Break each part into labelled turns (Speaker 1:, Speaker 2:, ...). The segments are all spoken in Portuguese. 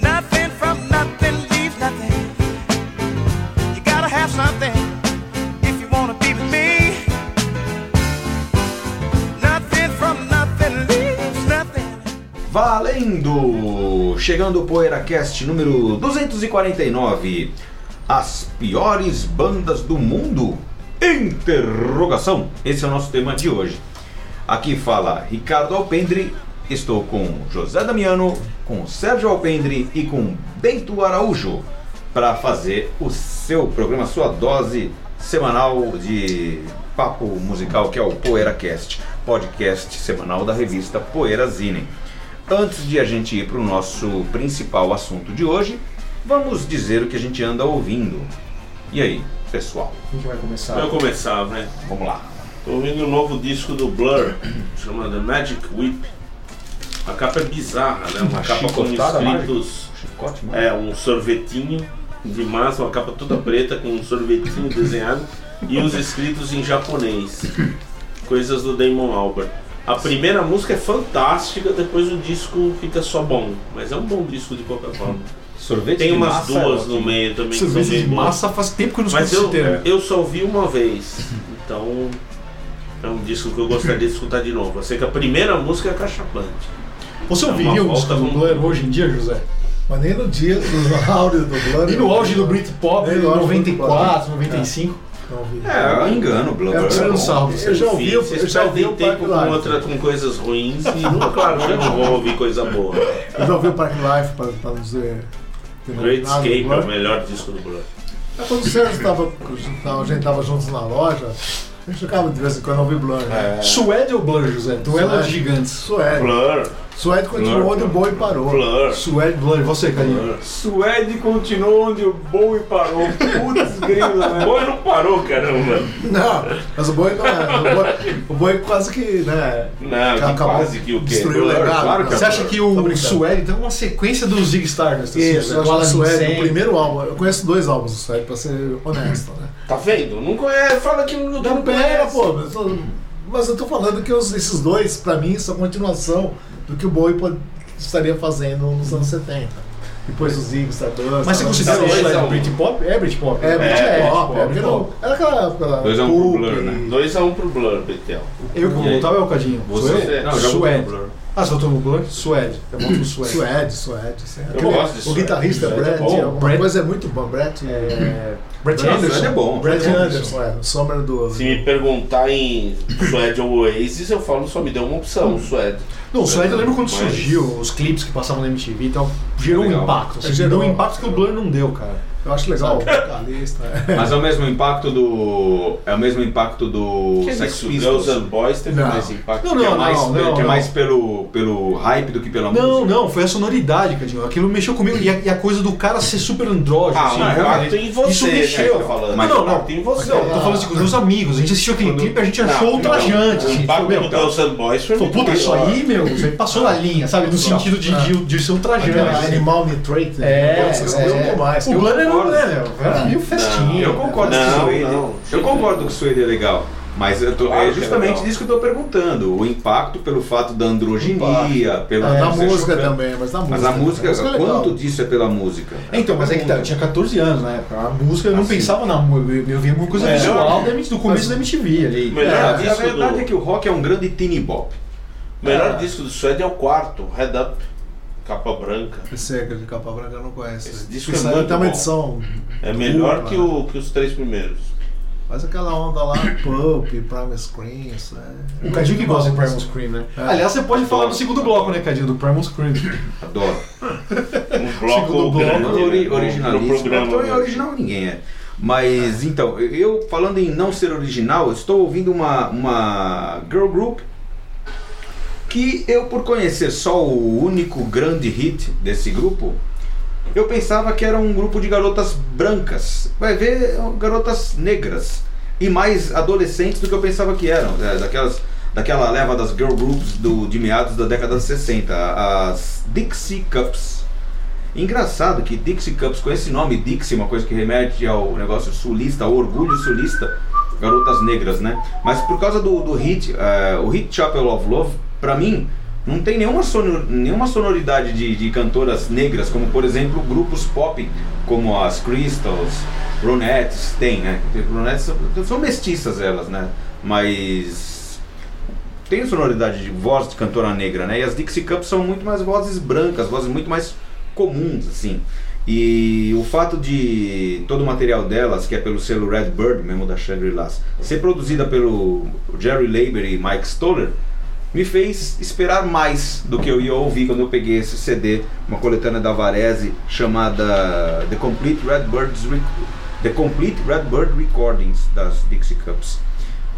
Speaker 1: Nothing from nothing leaves nothing. You gotta have something if you wanna be with me. Nothing from nothing leaves nothing.
Speaker 2: Valendo! Chegando o PoeiraCast número 249. As piores bandas do mundo? Interrogação! Esse é o nosso tema de hoje. Aqui fala Ricardo Alpendre, estou com José Damiano, com Sérgio Alpendre e com Bento Araújo para fazer o seu programa, sua dose semanal de papo musical que é o PoeiraCast, podcast semanal da revista Poeira Zine. Antes de a gente ir para o nosso principal assunto de hoje, vamos dizer o que a gente anda ouvindo. E aí, pessoal?
Speaker 3: Quem que vai começar?
Speaker 4: Eu começava, né?
Speaker 2: Vamos lá.
Speaker 4: Tô ouvindo o novo disco do Blur, chama The Magic Whip. A capa é bizarra, né? Uma,
Speaker 2: Uma
Speaker 4: capa com
Speaker 2: chicotada né?
Speaker 4: escritos.
Speaker 2: Chicote,
Speaker 4: É, um sorvetinho de massa, uma capa toda preta com um sorvetinho desenhado e os escritos em japonês. Coisas do Damon Albert. A primeira música é fantástica, depois o disco fica só bom. Mas é um bom disco de qualquer forma.
Speaker 2: Sorvete
Speaker 4: Tem
Speaker 2: de
Speaker 4: umas
Speaker 2: massa, é
Speaker 4: duas
Speaker 2: ó,
Speaker 4: no meio também. que são
Speaker 3: Sorvete
Speaker 4: bem
Speaker 3: de
Speaker 4: boas.
Speaker 3: massa faz tempo que eu não
Speaker 4: Mas né?
Speaker 3: escuto esse
Speaker 4: eu,
Speaker 3: termo.
Speaker 4: eu só ouvi uma vez, então é um disco que eu gostaria de escutar de novo. Eu sei que a primeira música é Caixa Plante.
Speaker 3: Você
Speaker 4: é uma
Speaker 3: ouviria o
Speaker 4: volta
Speaker 3: disco do
Speaker 4: com-
Speaker 3: Blur hoje em dia, José?
Speaker 5: Mas nem no dia dos áureos do Blur.
Speaker 3: E no auge do Britpop,
Speaker 5: É, no auge do
Speaker 3: 94, 95.
Speaker 5: Não ouvi.
Speaker 2: É, eu engano, Blur.
Speaker 5: É,
Speaker 3: Você não salva.
Speaker 5: Eu já ouvi,
Speaker 4: Enfim,
Speaker 5: eu
Speaker 4: vocês
Speaker 5: já ouvi
Speaker 4: perdem
Speaker 5: o Park
Speaker 4: tempo com, outra,
Speaker 5: Life.
Speaker 4: com coisas ruins e, não, claro, já não vão ouvir coisa boa.
Speaker 5: Eu já ouvi o Park Life pra, pra não dizer. que não
Speaker 4: Great
Speaker 5: ouvi nada do
Speaker 4: Escape é
Speaker 5: Blur.
Speaker 4: o melhor disco do Blur.
Speaker 5: Mas Quando o Sérgio tava, tava- a gente tava juntos na loja, a gente tocava de vez em quando ouvir Blur. né?
Speaker 3: Suede ou Blur, José? Duelo de gigantes.
Speaker 5: Suede.
Speaker 4: Blur,
Speaker 5: Suede continuou onde o boi parou.
Speaker 4: Blur.
Speaker 3: Suede, Blur. E você, Carinho?
Speaker 6: Suede continuou onde o boi parou. Putz grila, né?
Speaker 4: Boi não parou, caramba.
Speaker 5: Não, mas o boi não é. O boi, o boi quase que, né?
Speaker 4: Não, que
Speaker 5: Acabou.
Speaker 4: quase que o quê?
Speaker 5: Destruiu o
Speaker 4: Blur,
Speaker 5: legado,
Speaker 4: claro que
Speaker 5: né?
Speaker 3: Você acha que
Speaker 5: Tô
Speaker 3: o
Speaker 5: brincando.
Speaker 3: Suede então, é uma sequência do Zig Stardust? assim,
Speaker 5: Isso,
Speaker 3: né?
Speaker 5: eu acho que
Speaker 3: Qual
Speaker 5: o Suede,
Speaker 3: Insane?
Speaker 5: o primeiro álbum. Eu conheço dois álbuns do Suede, pra ser honesto, né?
Speaker 4: Tá vendo? Não conhece, fala que não,
Speaker 5: Não,
Speaker 4: não
Speaker 5: pera,
Speaker 4: conhece.
Speaker 5: pô. Mas eu, mas eu tô falando que os- esses dois, pra mim, são continuação do que o Bowie pod- estaria fazendo nos anos 70. Depois os tá Ziggs, a Dust.
Speaker 3: Mas você
Speaker 5: a-
Speaker 3: considera o
Speaker 4: Dois
Speaker 3: Suede
Speaker 4: é um.
Speaker 3: Britpop? É Britpop.
Speaker 5: É, é,
Speaker 3: né?
Speaker 5: é, é,
Speaker 3: Britpop,
Speaker 5: porque não- Era aquela época lá.
Speaker 2: Dois é um pro
Speaker 5: Pulp,
Speaker 2: Blur, né?
Speaker 4: 2x1 pro Blur, Betel.
Speaker 3: Eu que vou
Speaker 4: E aí?
Speaker 3: voltar ou é o Cadinho? Sou
Speaker 4: Você?
Speaker 3: eu?
Speaker 4: Não, eu
Speaker 2: votei
Speaker 4: já
Speaker 2: no
Speaker 3: Suede. Ah, você votou no Blur? Suede. Eu voto no Suede.
Speaker 5: Suede, Suede. Suede.
Speaker 4: Eu gosto de
Speaker 5: O
Speaker 4: Suede.
Speaker 5: guitarrista
Speaker 3: Suede é
Speaker 5: Brett,
Speaker 3: bom.
Speaker 5: alguma
Speaker 3: Brett-
Speaker 5: coisa é muito bom. Brett,
Speaker 3: É, Brett
Speaker 5: Brett
Speaker 3: Anderson.
Speaker 2: Suede é bom.
Speaker 5: Brett
Speaker 3: Brett
Speaker 5: Anderson, é. Sombra do.
Speaker 4: Se me perguntar em Suede ou Oasis, eu falo só me deu uma opção, Suede.
Speaker 3: Não, o Suede eu lembro quando
Speaker 4: Mas-
Speaker 3: surgiu, os clipes que passavam na MTV e tal, gerou
Speaker 2: Legal.
Speaker 3: um impacto. Assim,
Speaker 5: É, gerou.
Speaker 3: gerou um impacto que o Blur não deu, cara.
Speaker 5: Eu acho legal. O vocalista. é.
Speaker 2: Mas é o mesmo impacto do. É o mesmo impacto do
Speaker 4: Que é
Speaker 2: Sex
Speaker 4: isso,
Speaker 2: Pistols.
Speaker 4: Girls and Boys teve
Speaker 5: Não.
Speaker 4: mais impacto.
Speaker 3: Não,
Speaker 2: que é
Speaker 3: não,
Speaker 2: mais,
Speaker 3: não,
Speaker 2: que
Speaker 3: não,
Speaker 2: é
Speaker 3: não.
Speaker 2: mais pelo, pelo hype do que pela
Speaker 3: Não,
Speaker 2: música.
Speaker 3: não, foi a sonoridade, Cadinho. Aquilo mexeu comigo. E a, e a coisa do cara ser super andrógeno.
Speaker 4: Ah,
Speaker 3: assim,
Speaker 4: o impacto
Speaker 3: cara.
Speaker 4: em você,
Speaker 3: Isso
Speaker 4: né,
Speaker 3: mexeu.
Speaker 4: que eu tô falando.
Speaker 3: Mas
Speaker 4: o
Speaker 3: não, não.
Speaker 4: impacto em você.
Speaker 3: Não, eu tô falando assim com os meus amigos. A gente assistiu aquele clipe e a gente achou ultrajante.
Speaker 4: O
Speaker 3: assim,
Speaker 4: impacto
Speaker 3: falou, meu,
Speaker 4: do Girls and Boys foi
Speaker 3: falou,
Speaker 4: muito
Speaker 3: puta, isso
Speaker 4: maior.
Speaker 3: aí, meu, isso aí passou na linha, sabe? No
Speaker 5: Passou.
Speaker 3: sentido de, de, de ser ultrajante.
Speaker 5: Aquela
Speaker 3: assim.
Speaker 5: Animal Nitrate.
Speaker 3: É,
Speaker 5: né? Essas coisas
Speaker 3: é.
Speaker 5: não mais.
Speaker 3: O
Speaker 5: Eu-
Speaker 3: Blur era,
Speaker 2: concordo.
Speaker 3: né, meu, era meio
Speaker 4: Não,
Speaker 3: festinha.
Speaker 2: Eu concordo
Speaker 4: Não,
Speaker 2: com o Suede.
Speaker 4: não.
Speaker 2: Eu concordo que o Suede é legal. Mas eu tô-
Speaker 4: Claro
Speaker 2: é
Speaker 4: que é
Speaker 2: justamente
Speaker 4: legal.
Speaker 2: disso que eu tô perguntando. O impacto pelo fato da androginia, pela
Speaker 5: Ah, na
Speaker 2: ser
Speaker 5: música
Speaker 2: chocante.
Speaker 5: também, mas na música.
Speaker 2: né? Mas a música,
Speaker 5: é legal.
Speaker 2: quanto disso é pela música?
Speaker 3: É, Então, mas é que tá, eu tinha 14 anos na época. A música eu não
Speaker 2: Assim.
Speaker 3: pensava na música, eu, eu via alguma coisa
Speaker 5: é.
Speaker 4: Melhor,
Speaker 3: visual da MTV, do começo da MTV ali.
Speaker 4: Melhor
Speaker 2: É, a
Speaker 4: disco
Speaker 2: verdade
Speaker 4: do-
Speaker 2: é que o rock é um grande teeny bop.
Speaker 4: O melhor disco do Suede é o quarto, Head Up, capa branca.
Speaker 5: Esse é de capa branca eu não conheço.
Speaker 4: Esse disco
Speaker 5: Isso
Speaker 4: é
Speaker 5: aí
Speaker 4: muito
Speaker 5: tem uma
Speaker 4: bom.
Speaker 5: edição.
Speaker 4: É melhor
Speaker 5: dupla,
Speaker 4: que,
Speaker 5: né?
Speaker 4: o, que os três primeiros.
Speaker 5: Faz aquela onda lá, Pulp, Prime Screen, isso é.
Speaker 3: O Cadinho que gosta de Primal Scream, né?
Speaker 5: É.
Speaker 3: Aliás, você pode falar no segundo bloco, né, Cadinho, do Primal Scream.
Speaker 2: Adoro.
Speaker 4: Um bloco
Speaker 3: bloco,
Speaker 4: grande.
Speaker 2: Não,
Speaker 4: né?
Speaker 2: ori-
Speaker 4: No- No
Speaker 2: originalíssimo.
Speaker 4: programa.
Speaker 2: Então, é
Speaker 4: mesmo.
Speaker 2: original ninguém é. Mas então, eu falando em não ser original, eu estou ouvindo uma, uma girl group que eu, por conhecer só o único grande hit desse grupo, eu pensava que era um grupo de garotas brancas. Vai ver garotas negras. E mais adolescentes do que eu pensava que eram. né? Daquelas daquela leva das girl groups do, de meados da década de 60, as Dixie Cups. Engraçado que Dixie Cups, com esse nome Dixie, uma coisa que remete ao negócio sulista, ao orgulho sulista, garotas negras, né? Mas por causa do, do hit, eh, o hit Chapel of Love, pra mim, não tem nenhuma, sonor, nenhuma sonoridade de, de cantoras negras, como por exemplo grupos pop, como as Crystals, Ronettes, tem, né? Ronettes são, são mestiças elas, né? Mas tem sonoridade de voz de cantora negra, né? E as Dixie Cups são muito mais vozes brancas, vozes muito mais comuns, assim. E o fato de todo o material delas, que é pelo selo Redbird, mesmo da Shangri-Las, ser produzida pelo Jerry Leiber e Mike Stoller, me fez esperar mais do que eu ia ouvir quando eu peguei esse CD, uma coletânea da Varese chamada The Complete Redbirds Rec- The Complete Redbird Recordings das Dixie Cups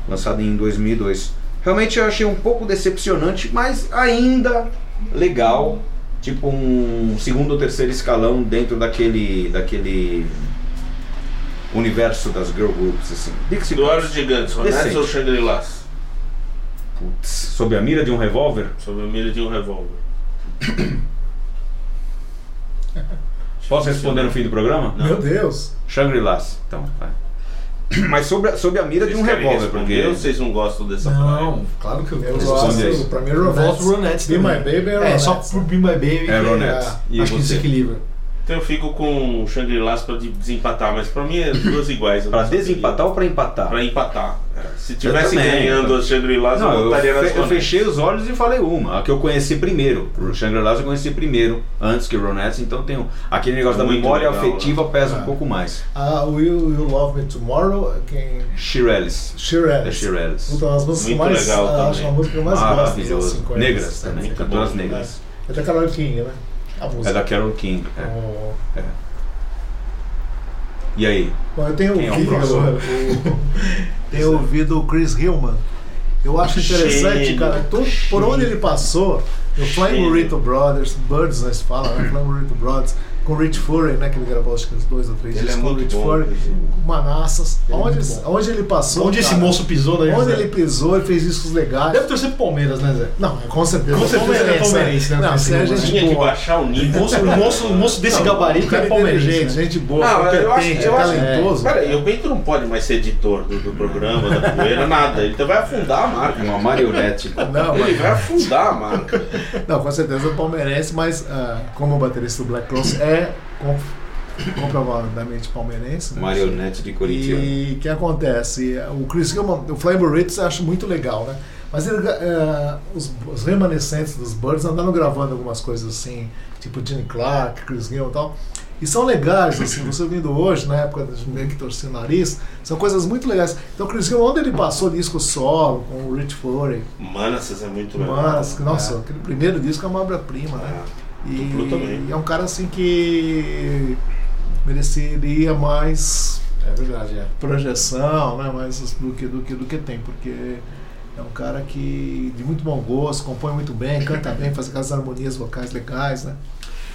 Speaker 2: lançado em 2002. Realmente eu achei um pouco decepcionante, mas ainda legal, tipo um segundo ou terceiro escalão dentro daquele daquele universo das girl groups assim. Dixie
Speaker 4: Do Olhos
Speaker 2: Cups.
Speaker 4: Gigantes, Ronettes
Speaker 2: Decente.
Speaker 4: ou Shangri-Las?
Speaker 2: Putz, sob a mira de um revólver?
Speaker 4: Sob a mira de um revólver.
Speaker 2: Posso responder no fim do programa?
Speaker 5: Meu Deus.
Speaker 2: Shangri-Las. Então, vai. Mas sobre a, sob a mira de um
Speaker 4: querem
Speaker 2: revólver,
Speaker 4: responder ou
Speaker 2: porque
Speaker 4: vocês não gostam dessa praia?
Speaker 3: Não, claro que eu
Speaker 5: Eu
Speaker 3: é
Speaker 2: Responde aí.
Speaker 5: gosto. Pra mim,
Speaker 3: Eu voto
Speaker 5: Ronettes.
Speaker 3: Ronettes.
Speaker 5: Be My
Speaker 3: também.
Speaker 5: Baby é
Speaker 3: É, só
Speaker 5: Ronettes.
Speaker 3: por Be My Baby.
Speaker 2: é
Speaker 3: que-
Speaker 2: Ronettes. E
Speaker 3: Acho que
Speaker 2: você?
Speaker 3: desequilibra.
Speaker 4: Então eu fico com o Shangri-Las pra de- desempatar, mas pra mim é duas iguais. eu
Speaker 2: Pra
Speaker 4: não saberia.
Speaker 2: desempatar ou pra empatar?
Speaker 4: Pra empatar. Se tivesse
Speaker 2: também,
Speaker 4: ganhando
Speaker 2: então.
Speaker 4: as Shangri-Las, eu
Speaker 2: Não, eu,
Speaker 4: botaria nas
Speaker 2: fe- eu
Speaker 4: Ronettes.
Speaker 2: fechei os olhos e falei uma, a que eu conheci primeiro. O Shangri-Las eu conheci primeiro, antes que o Ronettes, então tem um, aquele negócio da
Speaker 4: Muito
Speaker 2: memória
Speaker 4: legal, né?
Speaker 2: afetiva pesa um
Speaker 5: Ah.
Speaker 2: pouco mais.
Speaker 5: Ah, Will You Love Me Tomorrow? Quem...
Speaker 2: Shirelles.
Speaker 5: Shirelles.
Speaker 2: Da Shirelles.
Speaker 5: Uma das músicas
Speaker 4: Muito
Speaker 5: mais.
Speaker 4: legal
Speaker 5: ah, acho
Speaker 4: também.
Speaker 5: uma música que eu mais gosto assim, dos anos
Speaker 2: Maravilhoso.
Speaker 5: 50.
Speaker 2: Negras também, tá?
Speaker 4: Muito
Speaker 2: cantoras
Speaker 4: bom,
Speaker 2: negras.
Speaker 5: É da Carol King, né? A música.
Speaker 2: É da Carol King. é.
Speaker 5: Oh.
Speaker 2: E aí?
Speaker 5: Bom, eu tenho
Speaker 2: Quem é o
Speaker 5: ouvido.
Speaker 2: próximo?
Speaker 5: o- tenho ouvido o Chris Hillman. Eu acho interessante,
Speaker 4: Gênio.
Speaker 5: cara, todo, por onde ele passou, o Flying
Speaker 4: Gênio.
Speaker 5: Burrito Brothers, Birds, né, se fala, né? Flying Burrito Brothers, com o Rich Fury, né, que ele gravou acho que uns dois ou três
Speaker 4: Ele é
Speaker 5: discos com o
Speaker 4: muito
Speaker 5: Rich
Speaker 4: bom,
Speaker 5: Fury,
Speaker 4: Chris
Speaker 5: com
Speaker 4: Hillman.
Speaker 5: Manassas,
Speaker 3: Ele é
Speaker 5: onde,
Speaker 3: muito bom.
Speaker 5: onde ele passou,
Speaker 3: Onde esse
Speaker 5: cara,
Speaker 3: moço pisou, né?
Speaker 5: onde
Speaker 3: Zé?
Speaker 5: ele pisou, ele fez discos legais.
Speaker 3: Deve torcer pro Palmeiras, né, Zé?
Speaker 5: Não, com certeza.
Speaker 3: Com certeza ele é palmeirense, né,
Speaker 5: Não,
Speaker 3: Chris
Speaker 5: se é
Speaker 3: Hillman,
Speaker 5: gente
Speaker 4: Tinha que
Speaker 5: boa.
Speaker 4: baixar o nível.
Speaker 3: O moço, o moço, o moço desse gabarito
Speaker 5: É, Cara
Speaker 3: é palmeirense.
Speaker 5: inteligente,
Speaker 3: né?
Speaker 5: gente boa,
Speaker 4: Não, eu acho-
Speaker 5: competente,
Speaker 4: eu acho-
Speaker 5: talentoso.
Speaker 4: Cara, e o Bento não pode mais ser editor do, do programa, da poeira, nada. Ele vai afundar a marca.
Speaker 2: Uma marionete.
Speaker 5: Não,
Speaker 4: Ele vai afundar a marca.
Speaker 5: Não, com certeza o palmeirense, mas ah, como o baterista do Black Cross é com- comprovadamente palmeirense. né?
Speaker 2: marionete de Curitiba.
Speaker 5: E o que acontece? O Chris Gilman, o Flying Burritos eu acho muito legal, né? Mas ele, eh, os, os remanescentes dos Birds andaram gravando algumas coisas assim, tipo Gene Clark, Chris Gilman e tal. E são legais, assim, você ouvindo hoje, na época de meio que torcer o nariz, são coisas muito legais. Então, o Chris Gilman, onde ele passou disco solo, com o Rich Fury,
Speaker 4: Manassas é muito legal.
Speaker 5: mas, nossa, aquele primeiro disco é uma obra-prima, né?
Speaker 4: Duplo também.
Speaker 5: E é um cara assim que mereceria mais
Speaker 3: É verdade, é.
Speaker 5: projeção, né? Mais as- do que, do que, do que tem, porque é um cara que de muito bom gosto, compõe muito bem, canta bem, faz aquelas harmonias vocais legais, né?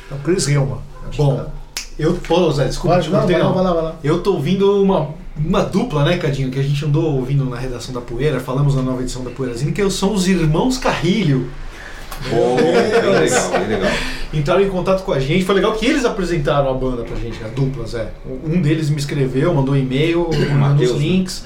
Speaker 5: Então, Chris Hillman. eu acho
Speaker 3: Bom,
Speaker 5: que é-
Speaker 3: Eu, pô, Zé, desculpa,
Speaker 5: Vai,
Speaker 3: te
Speaker 5: não,
Speaker 3: cortei,
Speaker 5: vai lá,
Speaker 3: não.
Speaker 5: vai lá, vai lá.
Speaker 3: Eu tô ouvindo uma, uma dupla, né, Cadinho, que a gente andou ouvindo na redação da Poeira, falamos na nova edição da Poeirazine, que são os irmãos Carrilho.
Speaker 2: Pô, bem legal, bem legal.
Speaker 3: entraram em contato com a gente. Foi legal que eles apresentaram a banda pra gente, as duplas, é. Um deles me escreveu, mandou um e-mail, mandou
Speaker 2: Matheus,
Speaker 3: os
Speaker 2: né?
Speaker 3: links.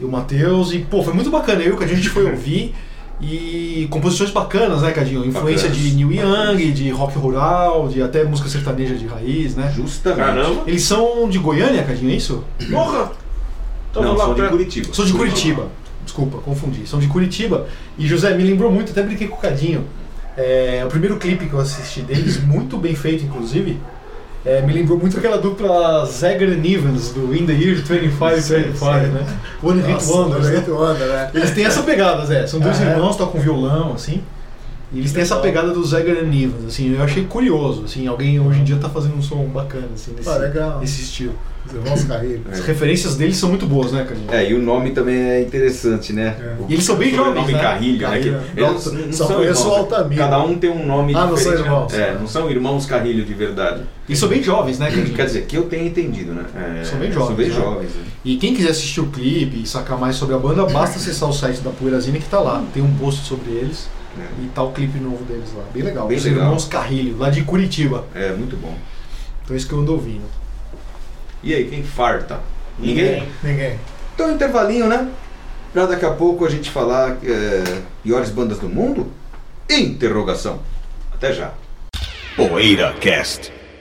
Speaker 3: E o Matheus, e pô, foi muito bacana. Eu que a gente foi ouvir. E composições bacanas, né, Cadinho? Influência
Speaker 2: Bacanas.
Speaker 3: de New Young, de rock rural, de até música sertaneja de raiz, né?
Speaker 2: Justamente.
Speaker 4: Caramba.
Speaker 3: Eles são de Goiânia, Cadinho, é isso?
Speaker 4: Porra!
Speaker 3: Então
Speaker 4: Tamo
Speaker 2: Não,
Speaker 4: lá
Speaker 2: sou de
Speaker 4: perto.
Speaker 2: Curitiba.
Speaker 3: São de Curitiba. Desculpa, confundi. São de Curitiba. E José me lembrou muito, até brinquei com o Cadinho. É, o primeiro clipe que eu assisti deles, muito bem feito, inclusive, é, me lembrou muito aquela dupla Zegger and Evans do In the Year 2525, né? One Hit
Speaker 5: Nossa,
Speaker 3: Wonders, né?
Speaker 5: One Hit Wonder, né?
Speaker 3: Eles têm essa pegada, Zé. São dois
Speaker 5: Ah, é?
Speaker 3: irmãos, tocam violão, assim. E eles têm essa pegada do Zegar and Evans, assim, eu achei curioso, assim, alguém hoje em dia tá fazendo um som bacana, assim, nesse,
Speaker 5: Ah, legal.
Speaker 3: nesse estilo.
Speaker 5: Os irmãos Carreiro.
Speaker 3: As referências deles são muito boas, né, Carlinhos?
Speaker 2: É, e o nome também é interessante, né?
Speaker 5: É.
Speaker 2: O
Speaker 3: E eles são bem jovens,
Speaker 2: sobrenome
Speaker 3: né?
Speaker 2: Carrilho, né? Que
Speaker 5: Carrilho.
Speaker 2: eles
Speaker 5: Não,
Speaker 2: não
Speaker 5: só
Speaker 2: são
Speaker 5: conheço
Speaker 2: irmãos,
Speaker 5: o Altamira.
Speaker 2: Cada um tem um nome
Speaker 5: Ah, não
Speaker 2: diferente.
Speaker 5: são
Speaker 2: né?
Speaker 5: irmãos.
Speaker 2: É, não são irmãos Carrilho de verdade.
Speaker 3: Eles são bem jovens, né, Carlinhos?
Speaker 2: Quer dizer, que eu tenho entendido, né? É,
Speaker 3: São bem jovens,
Speaker 2: São bem
Speaker 3: né?
Speaker 2: jovens. né?
Speaker 3: E quem quiser assistir o clipe e sacar mais sobre a banda, basta acessar o site da Poeirazina que tá lá. Tem um post sobre eles
Speaker 2: É.
Speaker 3: e tá o clipe novo deles lá. Bem legal.
Speaker 2: Bem
Speaker 3: Os
Speaker 2: legal.
Speaker 3: irmãos Carrilho, lá de Curitiba.
Speaker 2: É, muito bom.
Speaker 3: Então é isso que eu ando ouvindo.
Speaker 2: E aí, quem farta? Ninguém?
Speaker 5: Ninguém.
Speaker 2: Então, intervalinho, né? Pra daqui a pouco a gente falar é, piores bandas do mundo? Interrogação. Até já.
Speaker 7: Poeira Cast.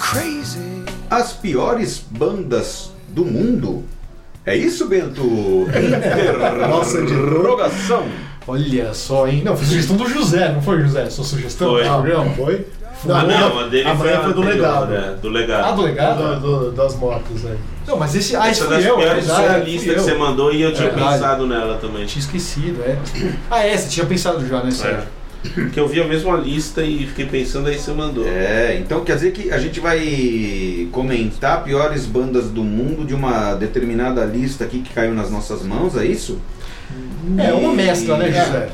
Speaker 1: Crazy.
Speaker 2: As piores bandas do mundo? É isso, Bento? Interrogação.
Speaker 3: Olha só, hein? Não, foi sugestão do José, não foi, José? Sua sugestão?
Speaker 4: Foi.
Speaker 3: Ah,
Speaker 5: Não, foi?
Speaker 4: Ah, não,
Speaker 5: minha-
Speaker 4: a dele
Speaker 5: a
Speaker 4: foi,
Speaker 5: minha foi do
Speaker 4: anterior,
Speaker 5: legado.
Speaker 4: né? Do
Speaker 3: ah,
Speaker 4: legado.
Speaker 3: do legado?
Speaker 5: Do- do- das motos né? aí.
Speaker 3: Não, mas esse. Ah, esse
Speaker 4: Essa das
Speaker 3: fui eu, é
Speaker 4: piores
Speaker 3: verdade.
Speaker 4: foi a
Speaker 3: fui
Speaker 4: lista
Speaker 3: eu.
Speaker 4: que você mandou e eu É tinha
Speaker 3: verdade.
Speaker 4: pensado nela também.
Speaker 3: Eu tinha esquecido, é. Ah, é, você tinha pensado já, né, Sérgio?
Speaker 4: É. Que eu vi a mesma lista e fiquei pensando, aí você mandou.
Speaker 2: É, então quer dizer que a gente vai comentar piores bandas do mundo de uma determinada lista aqui que caiu nas nossas mãos, é isso?
Speaker 3: É, uma mescla, né, José?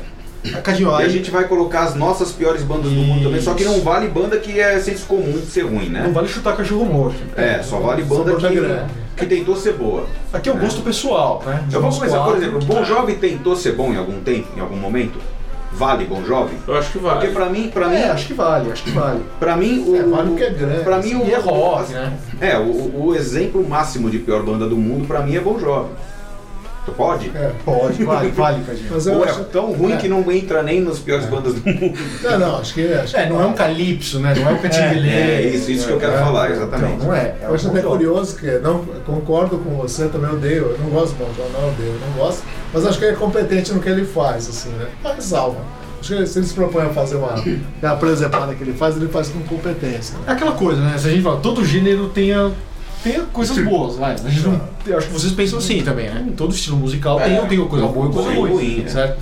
Speaker 3: A Cadinho,
Speaker 2: E a
Speaker 3: aí
Speaker 2: gente vai colocar as nossas piores bandas do mundo também, só que não vale banda que é senso comum de ser ruim,
Speaker 3: não
Speaker 2: né?
Speaker 3: vale chutar cachorro morto.
Speaker 2: É, só vale
Speaker 5: Só
Speaker 2: banda
Speaker 5: banda grande.
Speaker 2: que, que tentou ser boa.
Speaker 3: Aqui é o gosto pessoal, né?
Speaker 2: Eu vou
Speaker 3: Os
Speaker 2: começar, por
Speaker 3: quatro.
Speaker 2: exemplo, Bon Jovi tentou ser bom em algum tempo, em algum momento? Vale Bon Jovi?
Speaker 4: Eu acho que
Speaker 2: Porque
Speaker 4: vale.
Speaker 2: pra mim, pra mim,
Speaker 3: É, acho que vale, acho que vale.
Speaker 2: pra mim o
Speaker 5: É, vale porque é grande.
Speaker 2: pra mim o
Speaker 3: E é rock, né?
Speaker 2: É, o, o exemplo máximo de pior banda do mundo pra mim é Bon Jovi. Tu pode?
Speaker 5: É.
Speaker 3: Pode, vale, vale, Cadinho.
Speaker 5: Mas eu
Speaker 2: Ou é
Speaker 5: acho
Speaker 2: tão ruim
Speaker 5: é.
Speaker 2: que não entra nem nos piores bandas do mundo.
Speaker 5: Não, não, acho que. Acho
Speaker 3: É,
Speaker 5: que
Speaker 3: não é um calypso, né? Não é um cantivilê.
Speaker 2: É, isso, isso que eu quero falar, exatamente.
Speaker 3: Então, não é. é
Speaker 5: Eu acho
Speaker 3: um
Speaker 5: até
Speaker 3: bom jogo.
Speaker 5: curioso que não concordo com você, também odeio. Eu não gosto do Bon Jovi, não odeio, eu não gosto. Mas acho que ele é competente no que ele faz, assim, né? Mas salva. Acho que ele- se ele se propõe a fazer uma, uma presepada que ele faz, ele faz com competência.
Speaker 3: É aquela coisa, né? Se a gente fala, todo gênero tem a- tem a coisas boas, vai. A gente
Speaker 5: É.
Speaker 3: não- eu acho que vocês pensam assim também, né? Em todo estilo musical tem,
Speaker 4: É.
Speaker 3: tem coisa boa e coisa
Speaker 2: bom e
Speaker 3: ruim,
Speaker 2: ruim, é.
Speaker 3: certo?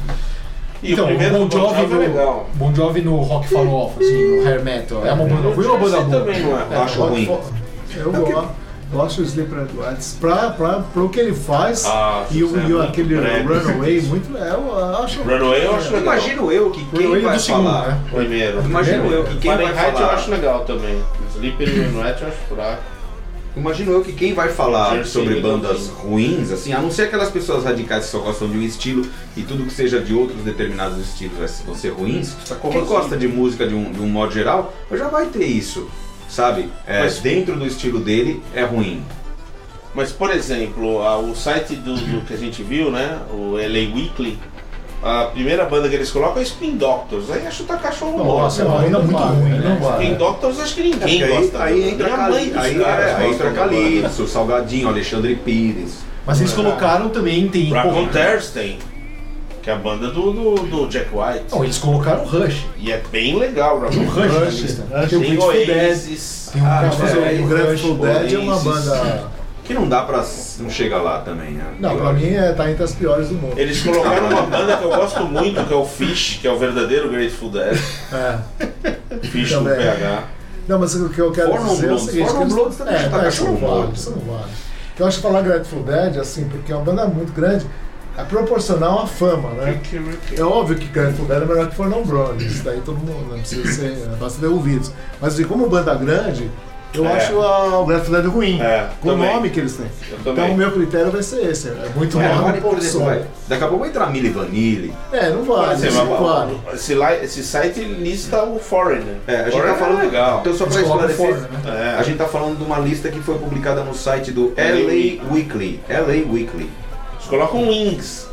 Speaker 3: Então,
Speaker 4: E o primeiro
Speaker 3: Bon
Speaker 4: do Bon
Speaker 3: Jovi
Speaker 4: Jovi é
Speaker 3: no,
Speaker 4: legal.
Speaker 3: Bon Jovi no rock farofa, assim, no hair metal. É uma banda ruim ou uma banda
Speaker 4: Você
Speaker 3: boa?
Speaker 4: também não
Speaker 2: Eu
Speaker 4: é.
Speaker 2: acho ruim.
Speaker 5: Eu gosto. Eu acho É o Sleeper Edwards, pra, pra, pro que ele faz
Speaker 4: Ah,
Speaker 5: e, o,
Speaker 4: isso é
Speaker 5: e o
Speaker 4: muito
Speaker 5: aquele
Speaker 4: breve.
Speaker 5: Runaway, muito. É, eu acho.
Speaker 4: Runaway eu acho legal.
Speaker 2: Imagino eu que
Speaker 3: Eu
Speaker 2: quem
Speaker 3: ia
Speaker 2: vai
Speaker 3: do segundo,
Speaker 2: falar.
Speaker 3: né?
Speaker 4: Primeiro.
Speaker 2: Imagino eu que quem vai
Speaker 4: Fahrenheit eu
Speaker 2: falar.
Speaker 4: acho legal também. Sleeper e Runaway eu acho fraco.
Speaker 2: Imagino eu que quem vai falar
Speaker 4: Jersey
Speaker 2: sobre
Speaker 4: Hill,
Speaker 2: bandas
Speaker 4: sim.
Speaker 2: ruins, assim, a não ser aquelas pessoas radicais que só gostam de um estilo e tudo que seja de outros determinados estilos vai- vão ser ruins. Quem
Speaker 4: corrosivo.
Speaker 2: gosta de música de um, de um modo geral, já vai ter isso, sabe? É,
Speaker 4: Mas-
Speaker 2: dentro do estilo dele é ruim.
Speaker 4: Mas, por exemplo, a- o site do, do que a gente viu, né? O LA Weekly. A primeira banda que eles colocam é Spin Doctors. Aí acho que tá cachorro
Speaker 3: Nossa, é
Speaker 4: morto.
Speaker 3: uma banda muito
Speaker 5: vale,
Speaker 3: ruim,
Speaker 5: não
Speaker 3: né?
Speaker 5: vale.
Speaker 4: Spin Doctors acho que ninguém
Speaker 2: É, Porque aí,
Speaker 4: gosta. né?
Speaker 2: aí
Speaker 4: Nem
Speaker 2: entra,
Speaker 4: a mãe
Speaker 2: Cali,
Speaker 4: dos
Speaker 2: aí,
Speaker 4: caras
Speaker 2: é, aí
Speaker 4: gosta
Speaker 2: entra
Speaker 4: da banda.
Speaker 2: Calypso, Salgadinho, Alexandre Pires.
Speaker 3: Mas
Speaker 4: é
Speaker 3: eles colocaram também, tem...
Speaker 4: Rock on
Speaker 3: pô,
Speaker 4: Thursday, que é a banda do, do, do Jack White.
Speaker 3: não, eles colocaram Rush.
Speaker 4: E é bem legal o Rock on
Speaker 3: Rush,
Speaker 5: Rush,
Speaker 3: né?
Speaker 5: Rush,
Speaker 4: Tem
Speaker 5: o
Speaker 2: um
Speaker 5: Grateful Dead.
Speaker 4: Oasis.
Speaker 3: Tem um
Speaker 2: Ah,
Speaker 3: cara
Speaker 2: mas
Speaker 3: fazendo
Speaker 2: é,
Speaker 5: O Grateful
Speaker 4: Rush,
Speaker 5: Dead é uma
Speaker 4: Oasis.
Speaker 5: banda.
Speaker 2: Que não dá pra. não chega lá também, né?
Speaker 5: Não,
Speaker 2: Eu
Speaker 5: pra
Speaker 2: acho.
Speaker 5: mim é, tá entre as piores do mundo.
Speaker 4: Eles colocaram uma banda que eu gosto muito, que é o Fish, que é o verdadeiro Grateful Dead.
Speaker 5: É.
Speaker 4: Fish do
Speaker 5: Também.
Speaker 4: PH.
Speaker 5: Não, mas o que eu quero
Speaker 2: Foram
Speaker 5: dizer é o
Speaker 2: Blondes,
Speaker 5: seguinte...
Speaker 2: Foram
Speaker 5: que eles-
Speaker 2: Blondes também
Speaker 5: é,
Speaker 2: já tá
Speaker 5: mas isso não
Speaker 2: cachorro
Speaker 5: vale,
Speaker 2: morto.
Speaker 5: isso não vale. Eu acho que falar Grateful Dead, assim, porque é uma banda muito grande, é proporcional à fama, né? É óbvio que Grateful Dead é melhor é, que For Non Blondes, isso daí todo mundo não precisa ser, não precisa ter ouvidos. Mas assim, como banda grande, Eu
Speaker 4: É.
Speaker 5: acho a, o Grateful Dead ruim,
Speaker 4: É,
Speaker 5: com
Speaker 4: também.
Speaker 5: o nome que eles têm.
Speaker 4: Eu
Speaker 5: Então
Speaker 4: também.
Speaker 5: o meu critério vai ser esse, é muito
Speaker 2: Mas
Speaker 5: nome
Speaker 2: agora,
Speaker 5: e
Speaker 2: por
Speaker 5: pouco
Speaker 2: exemplo,
Speaker 5: som.
Speaker 2: vai- daqui a pouco vai entrar Milli Vanilli.
Speaker 5: É, não
Speaker 4: Por
Speaker 5: vale,
Speaker 4: exemplo,
Speaker 5: não vale.
Speaker 4: a- esse, li- esse site lista o Foreigner.
Speaker 2: É, a gente
Speaker 4: Foreigner
Speaker 2: tá falando.
Speaker 4: é legal. É,
Speaker 2: Então, só pra
Speaker 3: Eles colocam
Speaker 2: esclarecer,
Speaker 3: fora, né?
Speaker 5: É.
Speaker 2: a gente tá falando de uma lista que foi publicada no site do LA Weekly. LA Weekly.
Speaker 4: Eles colocam Wings.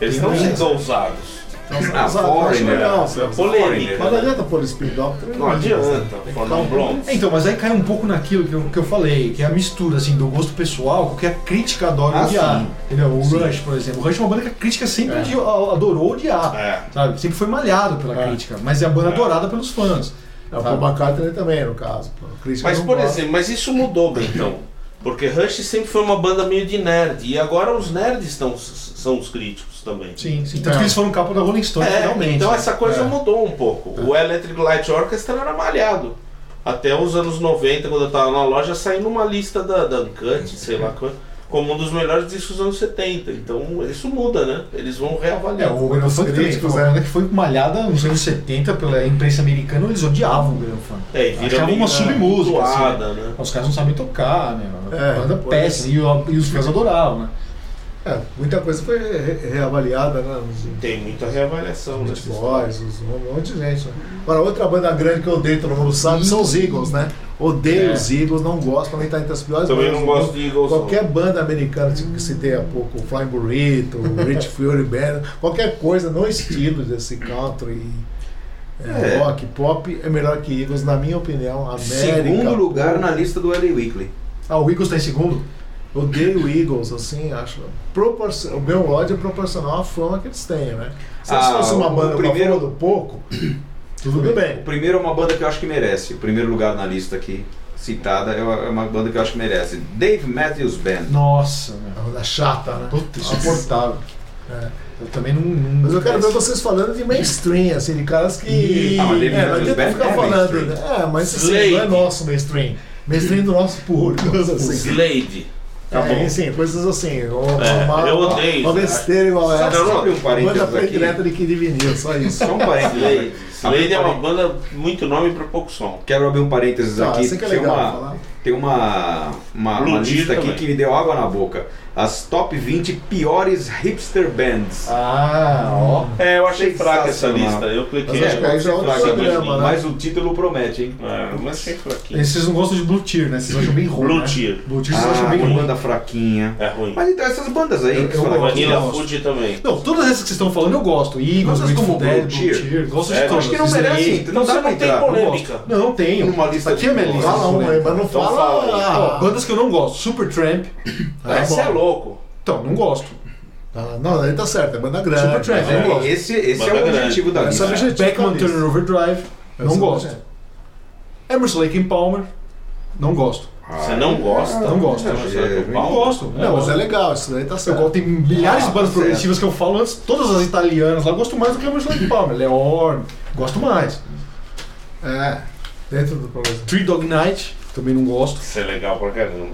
Speaker 4: Eles não sendo ousados.
Speaker 2: Ah,
Speaker 5: Mas, ah, eu acho
Speaker 2: Foreigner.
Speaker 5: legal,
Speaker 4: É
Speaker 5: sabe?
Speaker 4: polêmica.
Speaker 5: Mas não adianta pôr Speed Doctor.
Speaker 4: Não adianta. um Formal Blonde.
Speaker 3: É, Então, mas aí cai um pouco naquilo que eu, que eu falei, que é a mistura assim, do gosto pessoal com o que a crítica adora
Speaker 2: Ah,
Speaker 3: odiar.
Speaker 2: sim.
Speaker 3: Entendeu? O Rush, por exemplo. O Rush é uma banda que a crítica sempre odi- a- adorou odiar.
Speaker 4: É.
Speaker 3: Sabe? Sempre foi malhado pela
Speaker 5: É.
Speaker 3: crítica, mas é a banda adorada pelos fãs.
Speaker 5: É, o Paul McCartney também, no caso. pô. A crítica
Speaker 4: Mas,
Speaker 5: não
Speaker 4: por
Speaker 5: gosta.
Speaker 4: exemplo, mas isso mudou, Bentão. Porque Rush sempre foi uma banda meio de nerd. E agora os nerds estão, são os críticos também.
Speaker 3: Sim, sim. Tanto
Speaker 5: É.
Speaker 3: que eles foram capa da Rolling Stone,
Speaker 4: É,
Speaker 3: realmente. né?
Speaker 4: então essa coisa
Speaker 5: É.
Speaker 4: mudou um pouco. O Electric Light Orchestra era malhado. Até os anos 90, quando eu tava na loja, saiu numa lista da, da Uncut, sei lá qual, como um dos melhores discos dos anos 70. Então isso muda, né? Eles vão
Speaker 3: É,
Speaker 4: reavaliar.
Speaker 3: o Grand Funk também,
Speaker 5: críticos,
Speaker 3: foi
Speaker 5: é.
Speaker 3: uma banda que foi malhada nos anos 70 pela imprensa americana, eles odiavam o Grand Funk.
Speaker 4: É, e vira
Speaker 3: Achavam
Speaker 4: meio
Speaker 3: uma submúsica,
Speaker 4: zoada,
Speaker 3: assim, né?
Speaker 4: né?
Speaker 3: Os caras não sabem tocar, né? Uma
Speaker 5: É,
Speaker 3: banda
Speaker 5: pois é.
Speaker 3: péssima, e o- e, os fãs adoravam, né?
Speaker 5: É, muita coisa foi re- reavaliada, né? Os
Speaker 4: Tem muita reavaliação, né?
Speaker 5: Beach Boys, os- um monte de gente. Né? Agora, outra banda grande que eu odeio, todo mundo sabe, são os Eagles, né? Odeio
Speaker 3: É.
Speaker 5: os Eagles, não gosto, também tá entre as piores
Speaker 4: Também
Speaker 5: bandas
Speaker 4: não
Speaker 5: do
Speaker 4: gosto
Speaker 5: mundo.
Speaker 4: de Eagles. não.
Speaker 5: Qualquer banda americana, tipo que citei há pouco, o Flying Burrito, o Rich Fury Band, qualquer coisa no estilo desse country, é,
Speaker 2: É.
Speaker 5: rock, pop, é melhor que Eagles, na minha opinião. América.
Speaker 2: Segundo lugar
Speaker 5: pô.
Speaker 2: na lista do LA Weekly.
Speaker 3: Ah, o Eagles tá em segundo?
Speaker 5: Odeio Eagles, assim, acho. proporcion- O meu ódio é proporcional à fama que eles têm, né? Se eles
Speaker 2: Ah,
Speaker 5: fossem uma
Speaker 2: o
Speaker 5: banda
Speaker 2: primeiro-
Speaker 5: primeiro... do pouco, tudo
Speaker 2: O
Speaker 5: bem.
Speaker 2: primeiro é uma banda que eu acho que merece. O primeiro lugar na lista aqui citada é uma é uma banda que eu acho que merece. Dave Matthews Band.
Speaker 3: Nossa, né?
Speaker 5: É uma banda chata, né?
Speaker 3: Puta, insuportável.
Speaker 5: É.
Speaker 3: Eu também não. não-
Speaker 5: Mas eu quero ver vocês falando de mainstream, assim, de caras que.
Speaker 2: Ah, mas David
Speaker 5: é, não
Speaker 2: Matthews
Speaker 5: adianta
Speaker 2: Band
Speaker 5: ficar
Speaker 2: é
Speaker 5: falando.
Speaker 2: mainstream.
Speaker 5: né? É, mas assim,
Speaker 4: Slade.
Speaker 5: não é nosso mainstream. Mainstream do nosso público. Assim.
Speaker 4: Slade. Tá
Speaker 5: é,
Speaker 4: bom.
Speaker 5: assim, coisas assim. Uma,
Speaker 4: É,
Speaker 5: uma-
Speaker 4: eu odeio
Speaker 5: Uma
Speaker 4: isso,
Speaker 5: besteira igual
Speaker 2: Só
Speaker 5: essa.
Speaker 4: não,
Speaker 2: abre um
Speaker 5: Manda
Speaker 2: parênteses
Speaker 5: play
Speaker 2: aqui.
Speaker 5: direto de que de vinil, só isso.
Speaker 2: Só um parênteses.
Speaker 4: Slade. Slade é uma
Speaker 2: Abre-
Speaker 4: banda muito nome pra pouco som.
Speaker 2: Quero abrir um parênteses
Speaker 5: Ah,
Speaker 2: aqui.
Speaker 5: isso que é
Speaker 2: tem
Speaker 5: legal
Speaker 2: uma-
Speaker 5: falar.
Speaker 2: Tem uma, uma, uma
Speaker 4: Ludir
Speaker 2: lista aqui
Speaker 4: também.
Speaker 2: que me deu água na boca. As top 20 piores hipster bands.
Speaker 3: Ah, ó.
Speaker 4: É, eu achei fraca essa
Speaker 2: Sensacional.
Speaker 4: lista. Eu cliquei.
Speaker 5: Mas acho que aí já é outro
Speaker 4: achei fraca,
Speaker 5: programa,
Speaker 4: mas-
Speaker 5: né?
Speaker 2: Mas o título promete, hein? Ah,
Speaker 4: É, mas achei fraquinho.
Speaker 3: Esses não gostam de Blue Tier, né? Vocês acham bem
Speaker 5: é
Speaker 3: ruim.
Speaker 4: Blue
Speaker 3: né?
Speaker 4: Tier.
Speaker 3: Blue Tier vocês acham
Speaker 2: Ah,
Speaker 3: bem
Speaker 2: uma
Speaker 3: ruim.
Speaker 2: banda fraquinha.
Speaker 4: É ruim.
Speaker 2: Mas então essas bandas aí que
Speaker 3: eu
Speaker 2: falam
Speaker 3: gosto.
Speaker 2: aqui,
Speaker 4: Vanilla
Speaker 3: Nossa.
Speaker 4: Food também.
Speaker 3: Não, todas essas que vocês estão falando eu gosto. Eagles,
Speaker 2: Gostas como
Speaker 3: Grateful Dead,
Speaker 2: Blue
Speaker 3: Blue
Speaker 2: Tier?
Speaker 3: Tier. Gosto
Speaker 4: É,
Speaker 3: de todas.
Speaker 2: acho que não merece,
Speaker 3: Slade.
Speaker 2: então não dá
Speaker 4: Então você
Speaker 2: pra
Speaker 4: não tem
Speaker 2: entrar.
Speaker 3: Eu
Speaker 4: polêmica.
Speaker 3: gosto. Não, tenho.
Speaker 2: Numa lista
Speaker 3: Aqui é a minha
Speaker 2: de-
Speaker 3: lista.
Speaker 5: Fala um aí, mas não
Speaker 4: Então
Speaker 5: fala.
Speaker 4: fala aí.
Speaker 5: ah,
Speaker 3: Ó, bandas que eu não gosto. Super Tramp. tá
Speaker 4: Esse é louco.
Speaker 3: Então, não gosto.
Speaker 5: Ah, não, aí tá certo, é banda grande.
Speaker 3: Super Trap,
Speaker 5: né?
Speaker 3: eu gosto.
Speaker 2: é, esse, esse é
Speaker 4: Banda
Speaker 2: o
Speaker 4: grande.
Speaker 2: objetivo da
Speaker 5: Essa é a
Speaker 2: lista.
Speaker 5: objetivo.
Speaker 3: Beckman
Speaker 5: Tipo,
Speaker 3: Turner Overdrive.
Speaker 5: Eu
Speaker 3: Não
Speaker 5: sou
Speaker 3: gosto.
Speaker 5: grande.
Speaker 3: Emerson Lake and Palmer. Não gosto.
Speaker 4: Você não gosta?
Speaker 3: Não gosto.
Speaker 4: Você não gosta do
Speaker 2: Não
Speaker 3: Não
Speaker 4: pau?
Speaker 3: gosto.
Speaker 5: Não, mas é legal, isso daí tá
Speaker 3: Eu
Speaker 5: certo.
Speaker 3: gosto, tem milhares de bandas
Speaker 2: tá
Speaker 3: progressivas que eu falo antes, todas as italianas lá, eu gosto mais do que o Emerson Lake Palmer. Leorn, gosto mais.
Speaker 5: É, dentro do programa.
Speaker 3: Three Dog Night, também não gosto,
Speaker 4: Isso é legal pra caramba.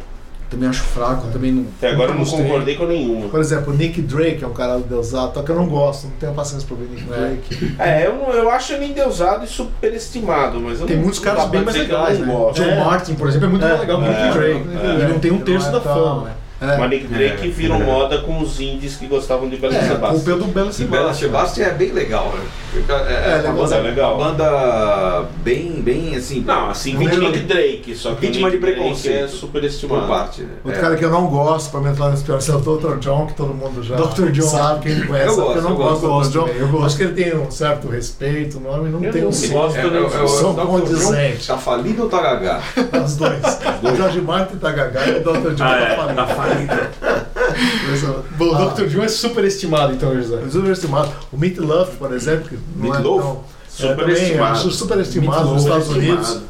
Speaker 3: também acho fraco, também não.
Speaker 4: Até agora eu
Speaker 3: nunca
Speaker 4: não
Speaker 3: gostei.
Speaker 4: concordei com nenhuma.
Speaker 5: É. Por exemplo, o Nick Drake é um cara deusado, só que eu não gosto, não tenho paciência pra ver Nick
Speaker 3: É.
Speaker 5: Drake.
Speaker 4: É, eu, não- eu acho ele endeusado e superestimado, mas eu
Speaker 3: Tem
Speaker 4: não-
Speaker 3: muitos
Speaker 4: não
Speaker 3: caras
Speaker 4: dá pra
Speaker 3: bem mais
Speaker 4: dizer que eu
Speaker 3: legais,
Speaker 4: não
Speaker 3: né?
Speaker 4: gosto.
Speaker 3: John
Speaker 5: É.
Speaker 3: Martin, por exemplo, é muito mais legal que o
Speaker 4: É.
Speaker 3: Nick Drake.
Speaker 4: É.
Speaker 3: Ele não tem um terço da fama, né?
Speaker 5: É.
Speaker 4: Mas Nick Drake
Speaker 2: É.
Speaker 4: virou moda com os indies que gostavam de Belo
Speaker 3: É, a culpa
Speaker 4: Sebastião.
Speaker 3: é do Bela
Speaker 2: E Bela
Speaker 3: Sebastião.
Speaker 2: Sebastian é bem legal. né? É,
Speaker 5: É,
Speaker 2: é
Speaker 5: legal.
Speaker 2: uma banda,
Speaker 4: É legal.
Speaker 2: uma banda bem, bem assim,
Speaker 4: Não, assim,
Speaker 5: Não
Speaker 4: vítima
Speaker 5: lembro.
Speaker 4: Nick Drake, só que
Speaker 2: Vítima
Speaker 4: o Nick
Speaker 2: de preconceito.
Speaker 4: Drake é
Speaker 2: por
Speaker 4: superestimado.
Speaker 2: parte. né?
Speaker 5: Outro
Speaker 2: É.
Speaker 5: cara que eu não gosto, pra me entrar nesse pior, é o Dr. John, que todo mundo já
Speaker 3: Dr. John.
Speaker 5: sabe, quem me conhece,
Speaker 2: Eu
Speaker 5: sabe
Speaker 2: gosto,
Speaker 5: que eu não
Speaker 2: eu
Speaker 5: gosto do
Speaker 3: gosto
Speaker 5: Dr. John.
Speaker 3: também, eu gosto.
Speaker 5: acho que ele tem um certo respeito, o nome não
Speaker 4: Eu
Speaker 5: tem
Speaker 4: não
Speaker 5: um
Speaker 4: gosto.
Speaker 2: É, é, é, é,
Speaker 5: Eu sou
Speaker 2: Dr. John
Speaker 5: condizente.
Speaker 2: Tá falido ou tá gagá?
Speaker 5: Os dois. O Jorge Martin tá gagado e o Dr. John
Speaker 4: Ah,
Speaker 5: tá
Speaker 4: é,
Speaker 5: falando.
Speaker 4: tá falido.
Speaker 3: Bom,
Speaker 5: Ah.
Speaker 3: o Dr. John é superestimado, então, José.
Speaker 5: Mas o subestimado. O Meat Loaf, por exemplo, que não é
Speaker 2: Meatloaf?
Speaker 5: tão- é, também
Speaker 4: Superestimado.
Speaker 5: acho superestimado nos Estados Unidos.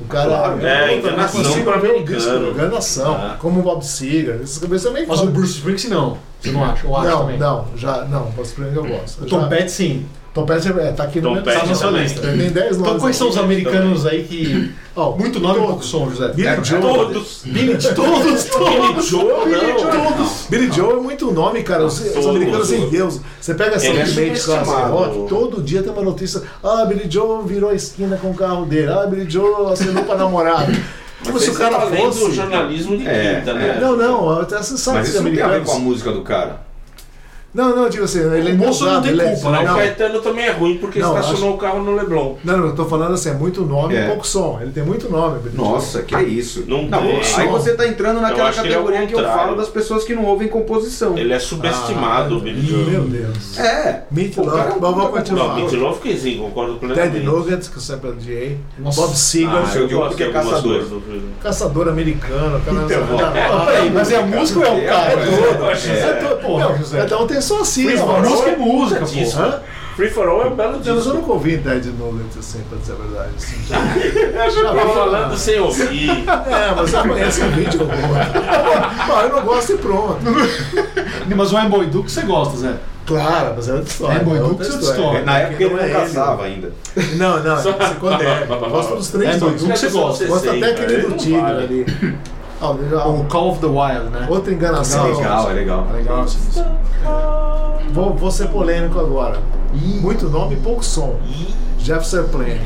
Speaker 5: O cara
Speaker 4: É,
Speaker 5: eu
Speaker 4: enganação
Speaker 5: não consigo
Speaker 4: pra
Speaker 5: ver o
Speaker 4: americano.
Speaker 5: disco, enganação.
Speaker 4: Ah.
Speaker 5: Como o Bob Seger, esses cabeças eu nem
Speaker 3: Mas o
Speaker 5: falo.
Speaker 3: Bruce Springsteen não. Você não acha? Eu acho
Speaker 5: Não,
Speaker 3: também.
Speaker 5: não, já, não, Bob Seger eu gosto.
Speaker 3: O Tom
Speaker 5: Já-
Speaker 3: Petty sim.
Speaker 5: Tom Petty é, tá aqui no
Speaker 4: Tom
Speaker 5: meu-
Speaker 4: Petty
Speaker 5: tá na sua
Speaker 4: também.
Speaker 5: lista. Tem 10
Speaker 3: Então
Speaker 5: nomes.
Speaker 3: quais são os americanos aí que.
Speaker 5: Ó,
Speaker 3: Muito nome e
Speaker 5: todos.
Speaker 3: pouco som, José.
Speaker 5: Billy Joel.
Speaker 4: Todos.
Speaker 3: Billy de todos,
Speaker 4: Billy
Speaker 3: todos.
Speaker 4: Joe, não.
Speaker 5: Todos. Billy Joe é muito nome, cara. Os, os
Speaker 4: Todos.
Speaker 5: americanos sem Deus. Você pega essa
Speaker 4: Ele é
Speaker 5: ultimate classe
Speaker 4: subestimado.
Speaker 5: rock, todo dia tem uma notícia. Ah, Billy Joe virou a esquina com o carro dele. Ah, Billy Joe acenou pra namorada. Como se o
Speaker 4: Você
Speaker 5: cara
Speaker 4: tá vendo
Speaker 5: fosse.
Speaker 4: jornalismo de
Speaker 2: É,
Speaker 4: quinta,
Speaker 2: é.
Speaker 4: né?
Speaker 5: Não, não, até você sabe
Speaker 2: Mas
Speaker 5: que os
Speaker 2: isso não tem a ver
Speaker 5: americanos.
Speaker 2: com a música do cara.
Speaker 5: Não, não, digo assim, ele é
Speaker 3: O moço não
Speaker 5: endeusado,
Speaker 3: tem
Speaker 5: ele é-
Speaker 3: culpa, né?
Speaker 4: Mas
Speaker 5: não.
Speaker 4: o Caetano também é ruim porque
Speaker 5: Não,
Speaker 4: estacionou o carro no Leblon.
Speaker 5: Não, não, eu tô falando assim, é muito nome
Speaker 2: É.
Speaker 5: e pouco som. Ele tem muito nome. Benedito.
Speaker 2: Nossa, que é isso.
Speaker 4: Não tem.
Speaker 2: aí você tá entrando naquela
Speaker 4: acho que ele é o
Speaker 2: categoria que, eu
Speaker 4: contrário.
Speaker 2: falo das pessoas que não ouvem composição.
Speaker 4: Ele é subestimado, o Billy Joel.
Speaker 5: Ah, Meu Deus.
Speaker 2: É.
Speaker 5: Meat
Speaker 2: Pô, o cara é
Speaker 5: Love,
Speaker 2: um
Speaker 5: vamos
Speaker 2: puta
Speaker 5: continuar.
Speaker 4: Não, Meatloaf que sim, assim, concordo plenamente.
Speaker 5: Ted Nuggets, que eu sempre odiei.
Speaker 3: Nossa.
Speaker 5: Bob Seger,
Speaker 4: Ah, eu
Speaker 2: Diogo,
Speaker 4: gosto
Speaker 2: porque
Speaker 4: de
Speaker 2: é
Speaker 4: algumas
Speaker 2: caçador.
Speaker 4: coisas do-
Speaker 5: caçador americano. Cara,
Speaker 2: Então,
Speaker 5: Não,
Speaker 2: é,
Speaker 5: não, peraí, mas é a música ou é o cara?
Speaker 2: É,
Speaker 5: todo.
Speaker 2: é.
Speaker 5: É todo. Pô,
Speaker 3: Não,
Speaker 5: José. Cada um tem sua
Speaker 3: Free
Speaker 5: sigla.
Speaker 3: for
Speaker 5: mano.
Speaker 3: all é música, pô.
Speaker 4: disso.
Speaker 5: Hã?
Speaker 4: Free for All é um belo
Speaker 5: Mas eu
Speaker 4: disco.
Speaker 5: nunca ouvi Ted Nuggets assim, pra dizer a verdade. assim.
Speaker 4: Eu tô falando sem ouvir.
Speaker 5: É, mas eu conheço o vídeo eu gosto. Não, eu não gosto e pronto.
Speaker 3: É, Mas o Amboy Duke você gosta, Zé.
Speaker 5: Claro, mas é outra história.
Speaker 3: É, Boi
Speaker 5: outra
Speaker 3: Duque, isso é outra
Speaker 5: história.
Speaker 3: história.
Speaker 2: Na época ele
Speaker 5: Então
Speaker 2: não
Speaker 5: é
Speaker 2: caçava ainda.
Speaker 5: Não, não, isso acontece. Eu Gosto dos
Speaker 3: É,
Speaker 5: três
Speaker 3: Boi
Speaker 5: nomes.
Speaker 3: Duke você gosta.
Speaker 5: Gosto até aquele do Tigre ali. Ah, o- já-
Speaker 3: O Call of the Wild, né?
Speaker 5: Outra enganação.
Speaker 2: É legal, é legal.
Speaker 5: Legal. Vou, vou ser polêmico agora. Muito nome e pouco som. Jefferson Plane.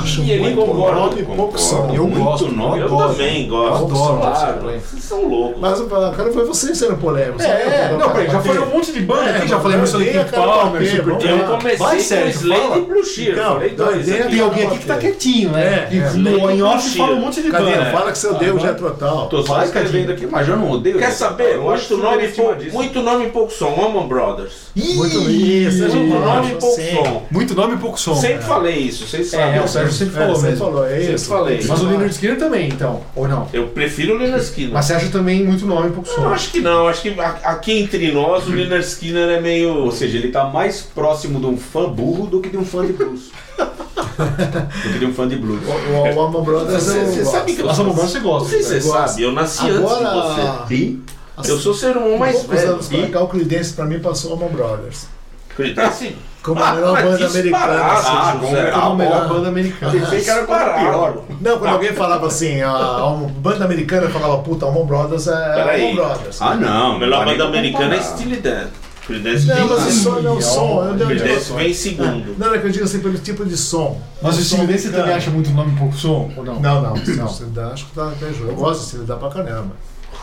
Speaker 5: Acho
Speaker 4: ele
Speaker 5: muito
Speaker 4: concorda,
Speaker 5: nome e pouco
Speaker 2: concorda.
Speaker 5: som.
Speaker 2: Eu
Speaker 5: Muito
Speaker 2: gosto,
Speaker 5: nome.
Speaker 4: Eu
Speaker 3: gosto.
Speaker 4: também gosto.
Speaker 5: Eu adoro
Speaker 4: claro.
Speaker 5: Led Zeppelin.
Speaker 4: Vocês são loucos.
Speaker 5: Mas o cara foi você sendo polêmico. sabe?
Speaker 3: É, não, peraí, já falei um monte de banda
Speaker 5: É,
Speaker 3: aqui, já falei Mr.
Speaker 5: odeia
Speaker 3: King
Speaker 5: cara
Speaker 3: Palmer,
Speaker 5: bater,
Speaker 3: Super
Speaker 5: vamos
Speaker 4: eu
Speaker 5: lá.
Speaker 3: Jam.
Speaker 4: comecei
Speaker 3: Vai, Sérgio,
Speaker 4: com Slade
Speaker 3: fala.
Speaker 4: e Blue Sheer.
Speaker 5: Então,
Speaker 4: Falei dois.
Speaker 5: dois,
Speaker 3: Tem
Speaker 4: aqui.
Speaker 3: alguém aqui que tá quietinho, né?
Speaker 5: É,
Speaker 3: Que
Speaker 5: é.
Speaker 3: no em off
Speaker 4: Mentira.
Speaker 3: fala um monte de
Speaker 5: Cadeira,
Speaker 3: banda.
Speaker 5: fala que é você odeia o Jetro Tal.
Speaker 2: né? Tô só
Speaker 5: Fala,
Speaker 2: escrevendo aqui, mas eu não odeio.
Speaker 4: Quer
Speaker 2: esse
Speaker 4: saber?
Speaker 2: cara. é Eu acho é
Speaker 4: Muito nome, e
Speaker 2: superestimado
Speaker 4: pouco,
Speaker 2: isso.
Speaker 4: muito nome e pouco som. Oman Brothers.
Speaker 3: Ih,
Speaker 5: Muito isso, é
Speaker 4: Muito
Speaker 5: Ih,
Speaker 4: nome e pouco
Speaker 5: sim.
Speaker 4: som.
Speaker 3: Muito nome e pouco som.
Speaker 4: Sempre falei isso, vocês
Speaker 3: É,
Speaker 4: sabem.
Speaker 3: o Sérgio sempre
Speaker 5: É,
Speaker 3: falou
Speaker 5: você
Speaker 3: mesmo.
Speaker 5: falou, é
Speaker 4: Sempre
Speaker 5: isso.
Speaker 4: falei.
Speaker 3: Mas o Leonard Skinner também, então, ou não?
Speaker 4: Eu prefiro o Leonard Skinner.
Speaker 3: Mas você acha também muito nome e pouco som.
Speaker 4: Não, acho que não. Acho que a- aqui entre nós o Leonard Skinner é meio.
Speaker 2: Ou seja, ele tá mais próximo de um fã burro do que de um fã de blues. do que de um fã de blues.
Speaker 5: O, o, o Alman Brothers
Speaker 4: Você-
Speaker 5: eu
Speaker 4: você
Speaker 5: gosto.
Speaker 4: sabe que eu
Speaker 3: Mas
Speaker 4: sou.
Speaker 3: o você
Speaker 4: Não
Speaker 3: gosta.
Speaker 4: sei
Speaker 3: né?
Speaker 4: se você
Speaker 5: Eu gosto.
Speaker 4: sabe, eu nasci antes
Speaker 5: Agora,
Speaker 2: E
Speaker 4: de você. Eu sou ser humano
Speaker 5: mais
Speaker 4: mais
Speaker 5: poucos
Speaker 4: velho.
Speaker 5: anos pra
Speaker 4: E...
Speaker 5: cá, o Creedence pra mim passou o Alman Brothers.
Speaker 4: Acredita-se?
Speaker 5: Como a melhor
Speaker 4: mas
Speaker 5: banda
Speaker 4: É assim, disparado,
Speaker 5: americana. assim.
Speaker 2: Ah,
Speaker 4: José.
Speaker 2: como-
Speaker 3: A
Speaker 2: ah,
Speaker 3: É melhor banda americana.
Speaker 2: pensei que era quase pior.
Speaker 5: Não, quando alguém falava assim, a, a banda americana falava, puta, Alman Brothers é
Speaker 4: Peraí.
Speaker 5: Alman Brothers.
Speaker 2: Ah, não.
Speaker 4: A
Speaker 2: não
Speaker 4: melhor
Speaker 2: dá nem
Speaker 4: banda
Speaker 2: pra
Speaker 4: americana é
Speaker 2: comparar.
Speaker 4: Steely Dan. Creedence
Speaker 5: Não, mas
Speaker 4: vem-
Speaker 5: o som não é o som. eu não-
Speaker 4: Creedence vem em segundo.
Speaker 5: Não, não é que eu digo assim, pelo tipo de som.
Speaker 3: Mas o Steven Day você
Speaker 5: cara.
Speaker 3: também acha muito nome e pouco som, ou não?
Speaker 5: Não, não, não. Você dá, acho que tá até jogo. Eu gosto de se dá pra caramba.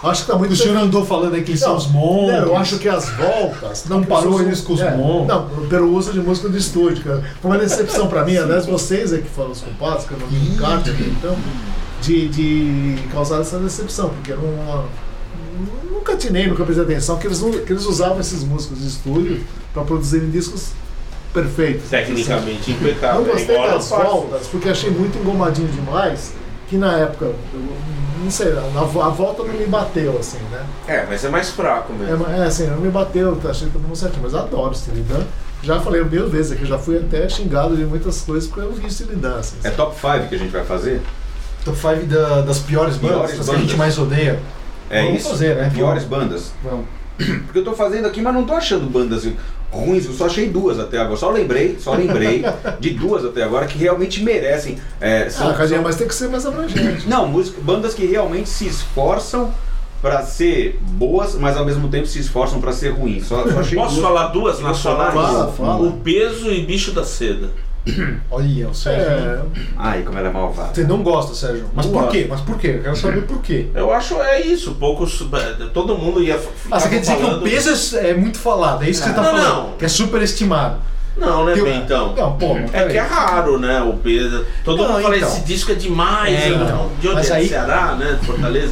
Speaker 5: Acho que tá muito.
Speaker 3: O senhor andou falando aí que eles são
Speaker 5: Não,
Speaker 3: os monstros.
Speaker 5: não, eu acho que as voltas.
Speaker 3: Não parou eles com os
Speaker 5: é,
Speaker 3: monstros.
Speaker 5: Não, pelo uso de música do estúdio, cara. Foi uma decepção pra mim, aliás, vocês é que foram os culpados, que eu não me encarto aqui, então, de, de causar essa decepção, porque eu não. Nunca atinei, nunca prestei atenção que eles, não- que eles usavam esses músicos de estúdio pra produzirem discos perfeitos.
Speaker 4: Tecnicamente impecável.
Speaker 5: Não
Speaker 4: é
Speaker 5: gostei
Speaker 4: igual
Speaker 5: das
Speaker 4: ao-
Speaker 5: voltas, porque achei muito engomadinho demais, que na época, eu não sei, a, a volta não me bateu, assim, né?
Speaker 4: É, mas é mais fraco
Speaker 5: É,
Speaker 4: mesmo.
Speaker 5: mas- é, assim, não me bateu, tá, achei todo mundo certinho, mas eu adoro Steely Dan. Já falei mil vezes aqui, já fui até xingado de muitas coisas porque eu não quis Steely Dan, assim.
Speaker 2: É top 5 que a gente vai fazer?
Speaker 3: Top 5 das piores bandas,
Speaker 2: Piores
Speaker 3: das que a gente
Speaker 2: bandas.
Speaker 3: mais odeia.
Speaker 2: É
Speaker 3: Vamos
Speaker 2: isso.
Speaker 3: fazer, né?
Speaker 2: Piores bandas.
Speaker 3: Vamos.
Speaker 2: Porque eu tô fazendo aqui, mas não tô achando bandas ruins, eu só achei duas até agora. Só lembrei, só lembrei de duas até agora que realmente merecem. É, são-
Speaker 5: Ah, Cadinha,
Speaker 2: são-
Speaker 5: mas tem que ser mais abrangente.
Speaker 2: Não, música, bandas que realmente se esforçam pra ser boas, mas ao mesmo tempo se esforçam pra ser ruins. Só, só achei
Speaker 4: Posso
Speaker 2: duas.
Speaker 4: falar duas nacionais?
Speaker 5: Fala, fala.
Speaker 4: O peso e bicho da seda.
Speaker 3: Olha, o Sérgio.
Speaker 5: É,
Speaker 2: Ai, como ela é malvada.
Speaker 3: Você não gosta, Sérgio. Mas por
Speaker 4: Não
Speaker 3: quê? Mas por quê? Eu quero saber por quê.
Speaker 4: Eu acho é isso, poucos. Todo mundo ia. ficar
Speaker 3: Ah, você quer dizer que o
Speaker 4: falando-
Speaker 3: peso é, é muito falado, é isso que você tá
Speaker 4: Não,
Speaker 3: falando.
Speaker 4: não.
Speaker 3: Que é superestimado.
Speaker 4: Não, né,
Speaker 3: é Que o-
Speaker 4: bem, então?
Speaker 3: Não, pô, mas
Speaker 4: É
Speaker 3: peraí.
Speaker 4: que é raro, né? O peso. Todo
Speaker 3: Não,
Speaker 4: mundo fala,
Speaker 3: então.
Speaker 4: esse disco é demais.
Speaker 3: É,
Speaker 4: eu-
Speaker 3: então.
Speaker 4: De onde
Speaker 3: Mas
Speaker 4: é?
Speaker 3: aí-
Speaker 4: Ceará, né? de Fortaleza.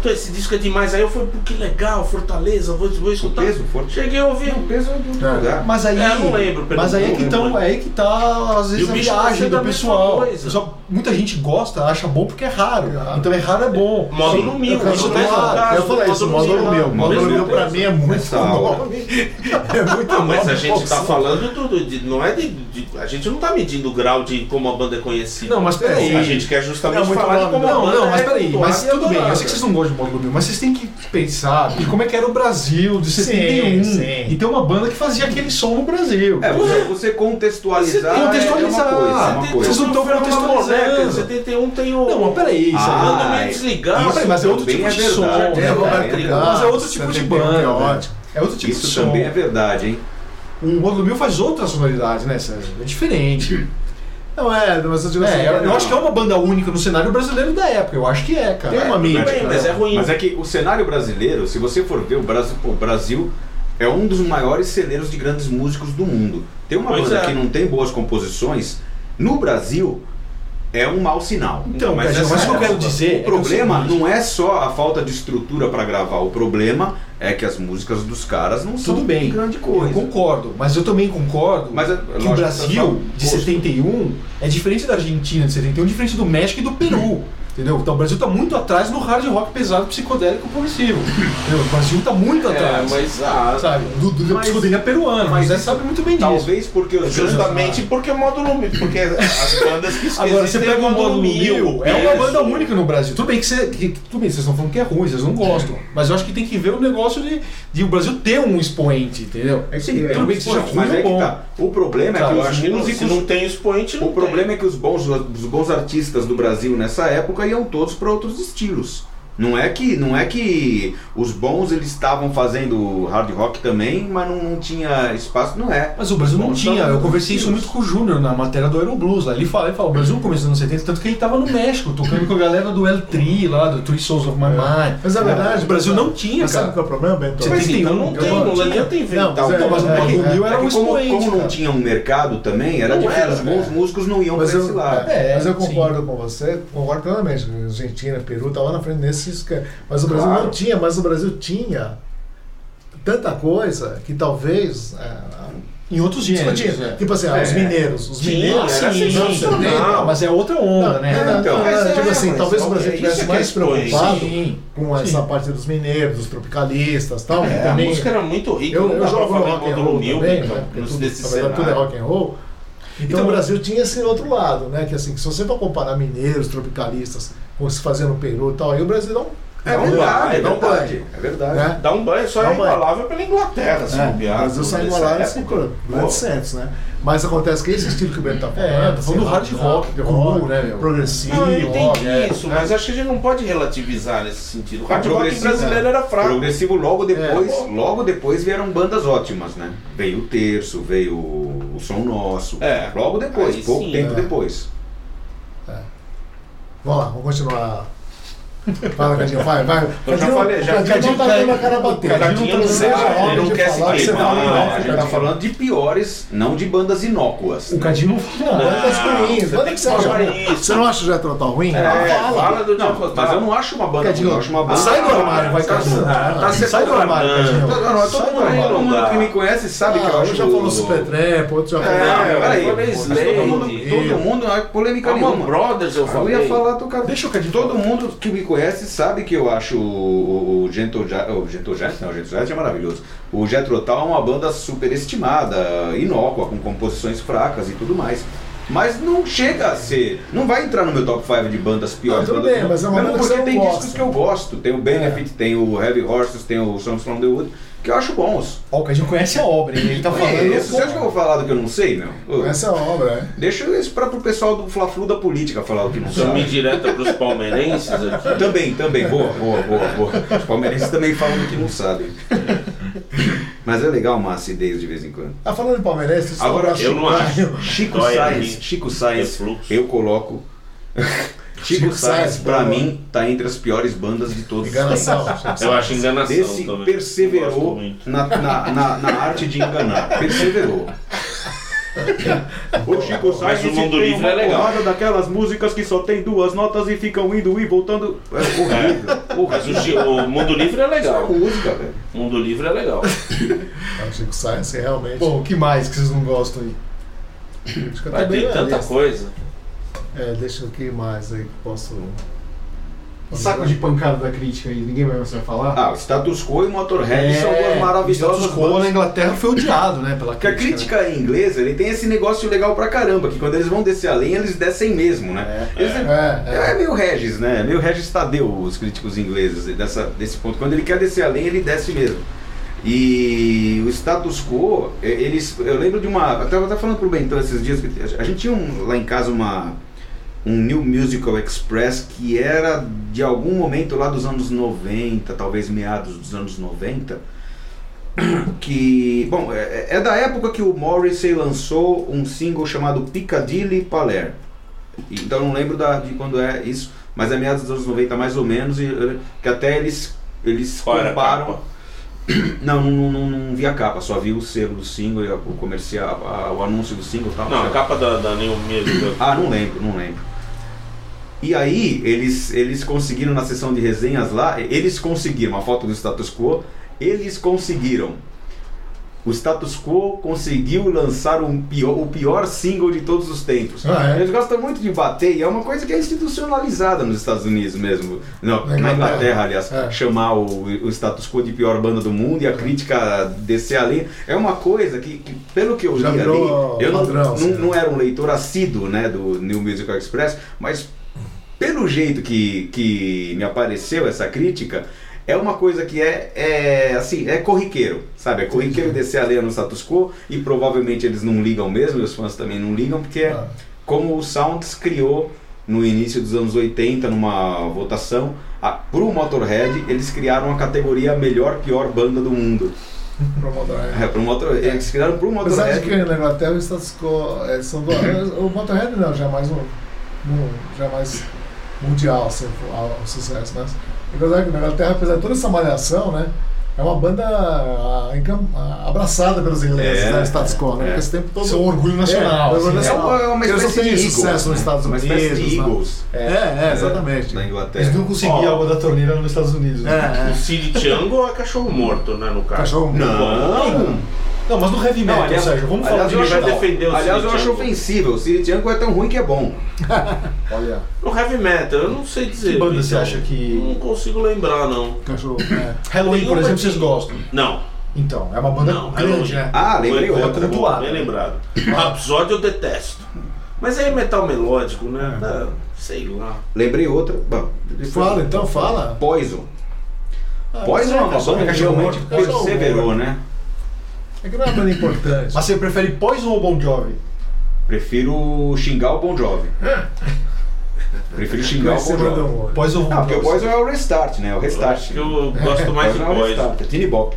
Speaker 4: Então esse disco é demais. Aí eu falei, pô, que legal, Fortaleza, vou, vou
Speaker 2: O
Speaker 4: escutar.
Speaker 2: peso, forte.
Speaker 4: Cheguei a ouvir. um
Speaker 3: um
Speaker 2: O peso é de outro lugar.
Speaker 3: Mas aí.
Speaker 4: É, eu não lembro,
Speaker 3: Mas aí é que, então, é aí que tá, às
Speaker 4: E
Speaker 3: vezes,
Speaker 4: o
Speaker 3: a
Speaker 4: bicho
Speaker 3: viagem
Speaker 4: vai ser
Speaker 3: do
Speaker 4: da mesma
Speaker 3: pessoal.
Speaker 4: coisa.
Speaker 3: Só- muita gente gosta, acha bom porque é raro.
Speaker 5: É raro.
Speaker 3: Então é raro é bom.
Speaker 4: Módulo mil,
Speaker 5: eu,
Speaker 4: no
Speaker 5: quero
Speaker 4: mesmo
Speaker 5: falar-
Speaker 4: caso,
Speaker 5: eu falei isso,
Speaker 4: todo mundo
Speaker 5: módulo
Speaker 4: ia-
Speaker 5: meu.
Speaker 4: no tá
Speaker 5: Módulo
Speaker 4: mesmo
Speaker 5: meu pra
Speaker 4: peso.
Speaker 5: mim é muito
Speaker 2: Nessa hora.
Speaker 5: nome. É muito
Speaker 4: Não, mas
Speaker 5: nome,
Speaker 4: a gente
Speaker 5: pô,
Speaker 4: tá
Speaker 5: sim.
Speaker 4: falando tudo, de- não é de, de- A gente não tá medindo o grau de como a banda é conhecida.
Speaker 3: Não, mas peraí. tá
Speaker 4: A gente quer justamente
Speaker 5: É muito
Speaker 4: falar de
Speaker 5: nome,
Speaker 4: como a
Speaker 3: Não,
Speaker 4: banda
Speaker 3: não, mas
Speaker 4: é
Speaker 3: peraí,
Speaker 4: cultuada
Speaker 3: mas
Speaker 4: e
Speaker 3: tudo bem, eu
Speaker 4: adorada.
Speaker 3: sei que vocês não gostam de Módulo Mil, mas vocês têm que pensar
Speaker 4: Hum.
Speaker 3: em como é que era o Brasil de 71
Speaker 5: Sim, sim.
Speaker 3: e ter uma banda que fazia aquele som no Brasil.
Speaker 2: É, você, você contextualizar.
Speaker 3: Contextualizar.
Speaker 2: É uma coisa, é uma
Speaker 3: Tem-
Speaker 2: coisa.
Speaker 3: Vocês não tão
Speaker 4: Foi uma
Speaker 3: contextualizando.
Speaker 4: boneca, Em 71 tem o.
Speaker 3: Não, mas peraí, é
Speaker 2: Ah,
Speaker 3: sabe?
Speaker 4: Manda meio desligado.
Speaker 3: Isso, mas é outro
Speaker 2: também
Speaker 3: tipo de som,
Speaker 2: verdade,
Speaker 3: né,
Speaker 2: é
Speaker 3: Roberto
Speaker 2: verdade.
Speaker 4: Carlos?
Speaker 3: mas é outro tipo de
Speaker 5: 71 é
Speaker 3: banda.
Speaker 5: ótimo.
Speaker 3: né? É outro tipo de
Speaker 2: Isso
Speaker 3: som. Um
Speaker 2: também é verdade, hein?
Speaker 3: O Módulo Mil faz outra sonoridade, né, Sérgio? É diferente.
Speaker 5: Não é, mas eu digo assim.
Speaker 3: É, eu, eu acho que é uma banda única no cenário brasileiro da época, eu acho que é, cara.
Speaker 5: Tem uma
Speaker 4: Tudo
Speaker 5: mídia.
Speaker 4: bem,
Speaker 5: né?
Speaker 4: mas é ruim.
Speaker 2: Mas é que o cenário brasileiro, se você for ver, o Brasil, pô, o Brasil é um dos maiores celeiros de grandes músicos do mundo. Tem uma
Speaker 4: Pois
Speaker 2: banda
Speaker 4: é.
Speaker 2: que não tem boas composições, no Brasil é um mau sinal.
Speaker 3: Então, mas,
Speaker 2: essa
Speaker 3: mas o que eu
Speaker 2: é
Speaker 3: quero
Speaker 2: a-
Speaker 3: dizer.
Speaker 2: O
Speaker 3: é que
Speaker 2: problema
Speaker 3: seguinte,
Speaker 2: não é só a falta de estrutura pra gravar, o problema é que as músicas dos caras não são
Speaker 3: Tudo bem.
Speaker 2: grande
Speaker 3: Eu
Speaker 2: coisa.
Speaker 3: concordo, mas eu também concordo
Speaker 2: Mas é-
Speaker 3: que
Speaker 2: lógico,
Speaker 3: o
Speaker 2: tá bom.
Speaker 3: Brasil de
Speaker 2: Gosto.
Speaker 3: 71 é diferente da Argentina de 71, diferente do México e do Peru. Entendeu? Então o Brasil tá muito atrás no hard rock pesado psicodélico progressivo. entendeu? O Brasil tá muito
Speaker 4: É,
Speaker 3: atrás.
Speaker 4: mas ah,
Speaker 3: Sabe? Do, do, da
Speaker 2: Mas-
Speaker 3: psicodelia peruana,
Speaker 2: mas
Speaker 3: mas você
Speaker 2: isso-
Speaker 3: sabe muito bem disso.
Speaker 2: Talvez porque os
Speaker 6: Justamente porque é módulo mil. Porque as bandas que esquecem
Speaker 3: Agora, você
Speaker 6: tem
Speaker 3: pega
Speaker 4: um
Speaker 3: o Modo Mil, é uma
Speaker 6: peso.
Speaker 3: banda única no Brasil. Tudo bem que, você, que- tudo bem, vocês estão falando que é ruim, vocês não gostam. Mas eu acho que tem que ver o negócio de, de o Brasil ter um expoente, entendeu?
Speaker 2: É
Speaker 3: Sim, tudo bem que seja ruim
Speaker 2: mas
Speaker 3: ou
Speaker 2: é que
Speaker 3: bom.
Speaker 2: tá. O problema é
Speaker 3: Tá,
Speaker 2: que
Speaker 4: eu
Speaker 2: os
Speaker 4: acho que não, se
Speaker 2: músicos
Speaker 4: não tem expoente, não
Speaker 2: O problema é que os bons, os bons artistas do Brasil nessa época iam todos para outros estilos. Não é que não é que os bons eles estavam fazendo hard rock também, mas não, não tinha espaço, não é.
Speaker 3: Mas o Brasil não
Speaker 2: Bom,
Speaker 3: tinha.
Speaker 2: tá-
Speaker 3: Eu conversei isso muito com o Júnior na matéria do Aeroblues. lá. Ele fala, ele fala, o Brasil começou nos 70, tanto que ele tava no México, tocando com a galera do El Tri lá, do Three Souls of My Mind.
Speaker 5: Mas é verdade.
Speaker 3: O Brasil não tinha,
Speaker 5: Mas sabe
Speaker 3: cara.
Speaker 5: qual é o problema, Bento?
Speaker 3: Você
Speaker 4: Mas
Speaker 3: tem-
Speaker 4: então não
Speaker 3: eu
Speaker 4: tem,
Speaker 3: não
Speaker 4: não
Speaker 3: tinha.
Speaker 4: adianta inventar.
Speaker 5: Não,
Speaker 4: um
Speaker 5: mas é-
Speaker 3: Não, mas o
Speaker 5: é-
Speaker 3: Modo
Speaker 5: é-
Speaker 3: Mil era
Speaker 2: É
Speaker 3: um
Speaker 2: que como,
Speaker 3: expoente.
Speaker 2: como não
Speaker 3: cara. né?
Speaker 2: tinha um mercado também, era
Speaker 4: Não
Speaker 2: difícil.
Speaker 4: era,
Speaker 2: os bons músicos não iam para
Speaker 5: Mas
Speaker 2: esse
Speaker 5: eu,
Speaker 2: lado.
Speaker 5: é, mas eu
Speaker 3: sim.
Speaker 5: concordo com você, concordo plenamente. Argentina, Peru, tá lá na frente nesse. isso que é- Mas o Brasil
Speaker 2: Claro.
Speaker 5: não tinha, mas o Brasil tinha tanta coisa que talvez. É,
Speaker 3: Em outros
Speaker 5: tipo,
Speaker 3: gêneros.
Speaker 5: tinha,
Speaker 3: é.
Speaker 5: tipo assim, ah, os
Speaker 2: É.
Speaker 5: mineiros. Os
Speaker 4: Tinha,
Speaker 5: mineiros.
Speaker 4: era
Speaker 5: assim,
Speaker 4: sensacional.
Speaker 5: não,
Speaker 3: Mas é outra onda, né?
Speaker 5: não, não,
Speaker 2: Então,
Speaker 5: não,
Speaker 4: mas é,
Speaker 5: tipo assim,
Speaker 4: mas
Speaker 5: talvez o
Speaker 4: ok,
Speaker 5: Brasil
Speaker 4: isso é
Speaker 5: estivesse
Speaker 4: que é
Speaker 5: mais
Speaker 4: expoente.
Speaker 5: preocupado
Speaker 3: Sim.
Speaker 5: com
Speaker 3: Sim.
Speaker 5: essa parte dos mineiros, dos tropicalistas e tal. que
Speaker 4: É, a
Speaker 5: também-
Speaker 4: música era muito rica,
Speaker 5: eu,
Speaker 4: não
Speaker 5: eu
Speaker 4: dá pra
Speaker 5: jogo
Speaker 4: falar em
Speaker 5: rock and roll
Speaker 4: módulo mil,
Speaker 5: também,
Speaker 4: então,
Speaker 5: né? Porque
Speaker 4: nos-
Speaker 5: tudo,
Speaker 4: desse
Speaker 5: na verdade, tudo é
Speaker 4: cenário.
Speaker 5: rock and roll. Então, o Brasil tinha esse outro lado, né? Que assim, que se você for comparar mineiros, tropicalistas, com se fazendo no Peru e tal, aí o Brasil não...
Speaker 2: É
Speaker 4: não dá,
Speaker 5: não
Speaker 2: verdade, é
Speaker 4: não dá.
Speaker 2: verdade. É verdade.
Speaker 5: Né?
Speaker 4: Dá um banho, só
Speaker 5: Dá
Speaker 4: é
Speaker 5: um banho.
Speaker 4: igualável pela Inglaterra, assim, se
Speaker 5: É,
Speaker 4: bobear.
Speaker 5: o Brasil
Speaker 4: por
Speaker 5: saiu
Speaker 4: essa
Speaker 5: lá nesse
Speaker 4: época. Pô,
Speaker 5: grandes centros, né? Mas acontece que esse estilo que o Bento tá falando...
Speaker 3: É, tá falando
Speaker 5: sei
Speaker 3: do
Speaker 5: lá,
Speaker 3: hard rock,
Speaker 5: do
Speaker 3: cru,
Speaker 5: rock,
Speaker 3: né, meu?
Speaker 5: Progressivo,
Speaker 4: Não, eu
Speaker 5: rock,
Speaker 4: entendi
Speaker 5: é.
Speaker 4: isso, mas acho que a gente não pode relativizar nesse sentido. O hard rock
Speaker 2: progressivo,
Speaker 5: é.
Speaker 2: né?
Speaker 4: brasileiro era fraco.
Speaker 2: Progressivo logo depois,
Speaker 4: É.
Speaker 2: logo depois vieram bandas ótimas, né? Veio o Terço, veio o Som Nosso.
Speaker 4: É.
Speaker 2: Logo depois,
Speaker 4: Aí
Speaker 2: pouco
Speaker 4: sim,
Speaker 2: tempo
Speaker 5: é.
Speaker 2: depois.
Speaker 5: Vamos lá, vamos continuar... Fala, Cadinho, vai, vai.
Speaker 4: Eu já falei, já-
Speaker 5: O Cadinho não tá
Speaker 3: Cadinho-
Speaker 5: vendo a cara bater.
Speaker 4: Cadinho não
Speaker 5: seja
Speaker 4: tá-
Speaker 5: homem
Speaker 4: ele não
Speaker 5: de
Speaker 4: quer se
Speaker 5: falar que você
Speaker 4: queimar,
Speaker 5: fala em
Speaker 4: não,
Speaker 5: off,
Speaker 2: a gente
Speaker 5: Cadinho.
Speaker 2: tá falando de piores, não de bandas inócuas.
Speaker 3: O
Speaker 2: né?
Speaker 3: Cadinho não fala nada.
Speaker 5: Bandas ruins.
Speaker 4: você tem
Speaker 5: Banda que
Speaker 4: que
Speaker 5: você acha
Speaker 4: falar
Speaker 5: ruim.
Speaker 4: isso.
Speaker 5: Você não acha o Jethro Tull ruim?
Speaker 2: Ah,
Speaker 4: É,
Speaker 5: Fala.
Speaker 4: fala do
Speaker 2: Não,
Speaker 4: Jeff
Speaker 2: mas eu não acho uma banda ruim, eu acho uma banda.
Speaker 5: Sai do armário, vai,
Speaker 2: Tá-
Speaker 4: assim.
Speaker 5: Cadinho.
Speaker 2: tá- tá-
Speaker 5: Sai
Speaker 2: tá-
Speaker 5: do armário,
Speaker 2: tá-
Speaker 5: Cadinho.
Speaker 2: Todo, não, todo
Speaker 5: Sai do
Speaker 2: mundo, todo
Speaker 4: armário,
Speaker 2: mundo
Speaker 4: não dá.
Speaker 2: que me conhece sabe que eu
Speaker 5: Ah,
Speaker 2: acho.
Speaker 5: um já falou
Speaker 2: o-
Speaker 5: Supertramp, outro
Speaker 2: É,
Speaker 5: já falou...
Speaker 2: peraí,
Speaker 4: Eu falei
Speaker 2: mas
Speaker 4: Slade.
Speaker 2: todo mundo, todo mundo, não é polêmica
Speaker 4: Calma,
Speaker 2: nenhuma.
Speaker 4: Ah, Brothers, eu
Speaker 2: Ah, Eu
Speaker 4: falei.
Speaker 2: ia falar do cara.
Speaker 3: Deixa o Cadinho
Speaker 2: Todo mundo que me conhece sabe que eu acho o, o, o Gentle Giant, o Gentle Giant, não, o Gentle Giant é maravilhoso. O Jethro Tull é uma banda superestimada, inócua, com composições fracas e tudo mais. Mas não chega a ser, não vai entrar no meu top 5 de bandas piores.
Speaker 5: Não, tudo
Speaker 2: bandas
Speaker 5: bem, mas é uma
Speaker 2: Mesmo
Speaker 5: banda que
Speaker 2: porque
Speaker 5: você
Speaker 2: tem
Speaker 5: não
Speaker 2: discos
Speaker 5: gosta. É.
Speaker 2: que eu gosto, tem o Benefit, tem o Heavy Horses, tem o Songs from the Wood, que eu acho bons.
Speaker 3: Ó, o Cadinho conhece a obra, hein? ele tá falando.
Speaker 2: É, isso, você acha que eu vou falar do que eu não sei, meu? Ô,
Speaker 5: Essa é a obra, é.
Speaker 2: Deixa isso para o pessoal do Fla-Flu da política falar o que não
Speaker 4: Sumi
Speaker 2: sabe.
Speaker 4: direta pros palmeirenses aqui.
Speaker 2: Também, também. Boa, boa, boa, boa. Os palmeirenses também falam do que não sabem. Mas é legal uma acidez de vez em quando.
Speaker 5: Ah, falando em palmeirense, isso
Speaker 2: Agora,
Speaker 5: é um abraço
Speaker 4: eu não acho.
Speaker 5: Chicago.
Speaker 2: Chico
Speaker 4: Dói
Speaker 2: Sainz,
Speaker 4: aqui.
Speaker 2: Chico Sainz,
Speaker 4: Refluxo.
Speaker 2: eu coloco. Chico,
Speaker 5: Chico
Speaker 2: Sainz,
Speaker 5: Sainz,
Speaker 2: pra
Speaker 5: boa.
Speaker 2: mim, tá entre as piores bandas de todos os tempos.
Speaker 5: Enganação. Chico.
Speaker 4: Eu acho enganação
Speaker 2: Desse
Speaker 4: também. Eu gosto
Speaker 2: perseverou
Speaker 4: muito.
Speaker 2: na, na, na, na arte de enganar. Perseverou. O Chico
Speaker 4: Mas o
Speaker 2: disse
Speaker 4: mundo
Speaker 2: que tem
Speaker 4: livre
Speaker 2: uma
Speaker 4: é legal.
Speaker 2: porrada daquelas músicas que só tem duas notas e ficam indo e voltando. É horrível.
Speaker 4: Mas o, Chi- o Mundo Livre é legal.
Speaker 2: música, velho.
Speaker 4: Mundo Livre é legal.
Speaker 5: O Chico Sainz, é realmente.
Speaker 3: Bom, o que mais que vocês não gostam aí?
Speaker 5: acho que eu
Speaker 4: Mas
Speaker 5: também
Speaker 4: tem
Speaker 5: na
Speaker 4: tanta
Speaker 5: lista.
Speaker 4: coisa.
Speaker 5: É, deixa eu que mais aí que posso.
Speaker 6: Saco de pancada da crítica aí, ninguém vai mais falar.
Speaker 2: Ah, o Status Quo e Motorhead são duas maravilhosas
Speaker 3: É, Status quo na
Speaker 2: bandas.
Speaker 3: Inglaterra foi odiado, né? Pela
Speaker 2: Porque a crítica inglesa ele tem esse negócio legal pra caramba, que quando eles vão descer a lenha, eles descem mesmo, né? Eles-
Speaker 5: É,
Speaker 2: É,
Speaker 5: é.
Speaker 2: meio Regis, né? Meio Regis Tadeu, os críticos ingleses, dessa, desse ponto. Quando ele quer descer a lenha, ele desce mesmo. E o status quo, e- eles. Eu lembro de uma. Eu tava até falando pro Bentão esses dias, que a gente tinha um- lá em casa uma. um New Musical Express que era de algum momento lá dos anos 90, talvez meados dos anos 90, que. Bom, é, é da época que o Morrissey lançou um single chamado Piccadilly Paler. Então eu não lembro da- de quando é isso, mas é meados dos anos 90 mais ou menos, e, eh, que até eles, eles
Speaker 4: Olha a
Speaker 2: comparam.
Speaker 4: capa.
Speaker 2: Não, não, não, não vi a capa, só vi o selo do single, e a- o comercial, a- o anúncio do single e tal.
Speaker 4: Não, a
Speaker 2: Sei lá.
Speaker 4: capa da, da Neon Music.
Speaker 2: Ah, não lembro, não lembro. E aí, eles, eles conseguiram na sessão de resenhas lá, eles conseguiram, uma foto do status quo, eles conseguiram. O status quo conseguiu lançar um pior- o pior single de todos os tempos.
Speaker 5: Ah, é?
Speaker 2: Eles gostam muito de bater, e é uma coisa que é institucionalizada nos Estados Unidos mesmo. Não,
Speaker 5: Na
Speaker 2: na
Speaker 5: Inglaterra.
Speaker 2: Inglaterra, aliás,
Speaker 5: É.
Speaker 2: chamar o, o status quo de pior banda do mundo e a crítica descer a linha. É uma coisa que, que, pelo que eu
Speaker 5: Já
Speaker 2: li ali,
Speaker 5: virou
Speaker 2: eu não-
Speaker 5: padrão,
Speaker 2: não,
Speaker 5: assim, né?
Speaker 2: não era um leitor assíduo né, do New Musical Express, mas pelo jeito que, que me apareceu essa crítica, é uma coisa que é, é assim, é corriqueiro, sabe? É corriqueiro descer a lenha no status quo e provavelmente eles não ligam mesmo, e os fãs também não ligam, porque é
Speaker 5: Ah.
Speaker 2: como o Sounds criou no início dos anos 80, numa votação, a, pro Motorhead, eles criaram a categoria melhor pior banda do mundo. É, pro motor, eles criaram pro
Speaker 5: Apesar de
Speaker 2: Motorhead.
Speaker 5: que na Inglaterra o status quo é, são do, o Motorhead não, jamais um, um jamais mundial assim, um, um sucesso, mas apesar que na Inglaterra, apesar de toda essa malhação, né? É uma banda ah, encam- ah, abraçada pelos ingleses,
Speaker 2: É,
Speaker 5: né? O status quo, né?
Speaker 2: é.
Speaker 5: Porque esse tempo todo.
Speaker 3: Isso é um orgulho nacional,
Speaker 5: É,
Speaker 3: assim,
Speaker 5: orgulho
Speaker 2: É
Speaker 5: nacional.
Speaker 2: uma, é uma
Speaker 5: Porque eles
Speaker 2: espécie
Speaker 5: não
Speaker 2: de
Speaker 5: têm né?
Speaker 2: Eagles,
Speaker 5: sucesso nos Estados
Speaker 2: uma
Speaker 5: Unidos.
Speaker 2: espécie de
Speaker 5: né?
Speaker 2: Eagles
Speaker 5: É, é, exatamente.
Speaker 2: na
Speaker 3: Eles não
Speaker 2: Inglaterra.
Speaker 3: conseguiam
Speaker 4: Ó.
Speaker 3: água da torneira nos Estados Unidos.
Speaker 5: É,
Speaker 3: Né?
Speaker 4: O
Speaker 5: é.
Speaker 4: Cid Tiango é cachorro morto, né, no caso.
Speaker 5: Cachorro
Speaker 2: Não!
Speaker 3: Não, mas no heavy metal, Sérgio, vamos falar
Speaker 2: aliás,
Speaker 3: de
Speaker 2: eu
Speaker 4: ele
Speaker 2: acho
Speaker 4: vai
Speaker 2: bom.
Speaker 4: defender o
Speaker 2: Aliás, eu
Speaker 4: Sirianco.
Speaker 2: acho ofensível. O Sirianco é tão ruim que é bom.
Speaker 5: Olha,
Speaker 4: No heavy metal, eu não sei dizer.
Speaker 3: Que banda
Speaker 4: Vitor.
Speaker 3: você acha que-
Speaker 4: Não consigo lembrar, não.
Speaker 5: cachorro. É.
Speaker 3: Halloween, por
Speaker 4: Hum. Nenhuma
Speaker 3: exemplo,
Speaker 4: de-
Speaker 3: vocês gostam.
Speaker 4: Não.
Speaker 3: Então, é uma banda
Speaker 4: Não,
Speaker 3: grande,
Speaker 4: Halloween.
Speaker 3: né?
Speaker 2: Ah, lembrei
Speaker 4: Foi- foi
Speaker 2: outra.
Speaker 4: cultuado, Bem lembrado. Rhapsody eu detesto. Mas aí é metal melódico,
Speaker 3: É.
Speaker 4: né? Tá, sei lá.
Speaker 2: Lembrei outra. Bom,
Speaker 5: Fala então, fala.
Speaker 2: Poison. Poison
Speaker 5: é
Speaker 2: é uma banda que
Speaker 5: cachorro
Speaker 2: realmente
Speaker 5: morto, cachorro
Speaker 2: perseverou,
Speaker 5: morto.
Speaker 2: né?
Speaker 5: É que não é uma banda importante.
Speaker 3: Mas você prefere Poison ou Bon Jovi?
Speaker 2: Prefiro xingar o Bon Jovi. Prefiro xingar o Bon Jovi.
Speaker 3: Poison ou Bon
Speaker 2: Ah, porque o
Speaker 3: Jovi?
Speaker 2: Poison é o restart, né? O
Speaker 4: Eu
Speaker 2: restart.
Speaker 4: acho que eu gosto mais de
Speaker 2: Poison é o
Speaker 4: Poison.
Speaker 2: restart, é Tiny Bop.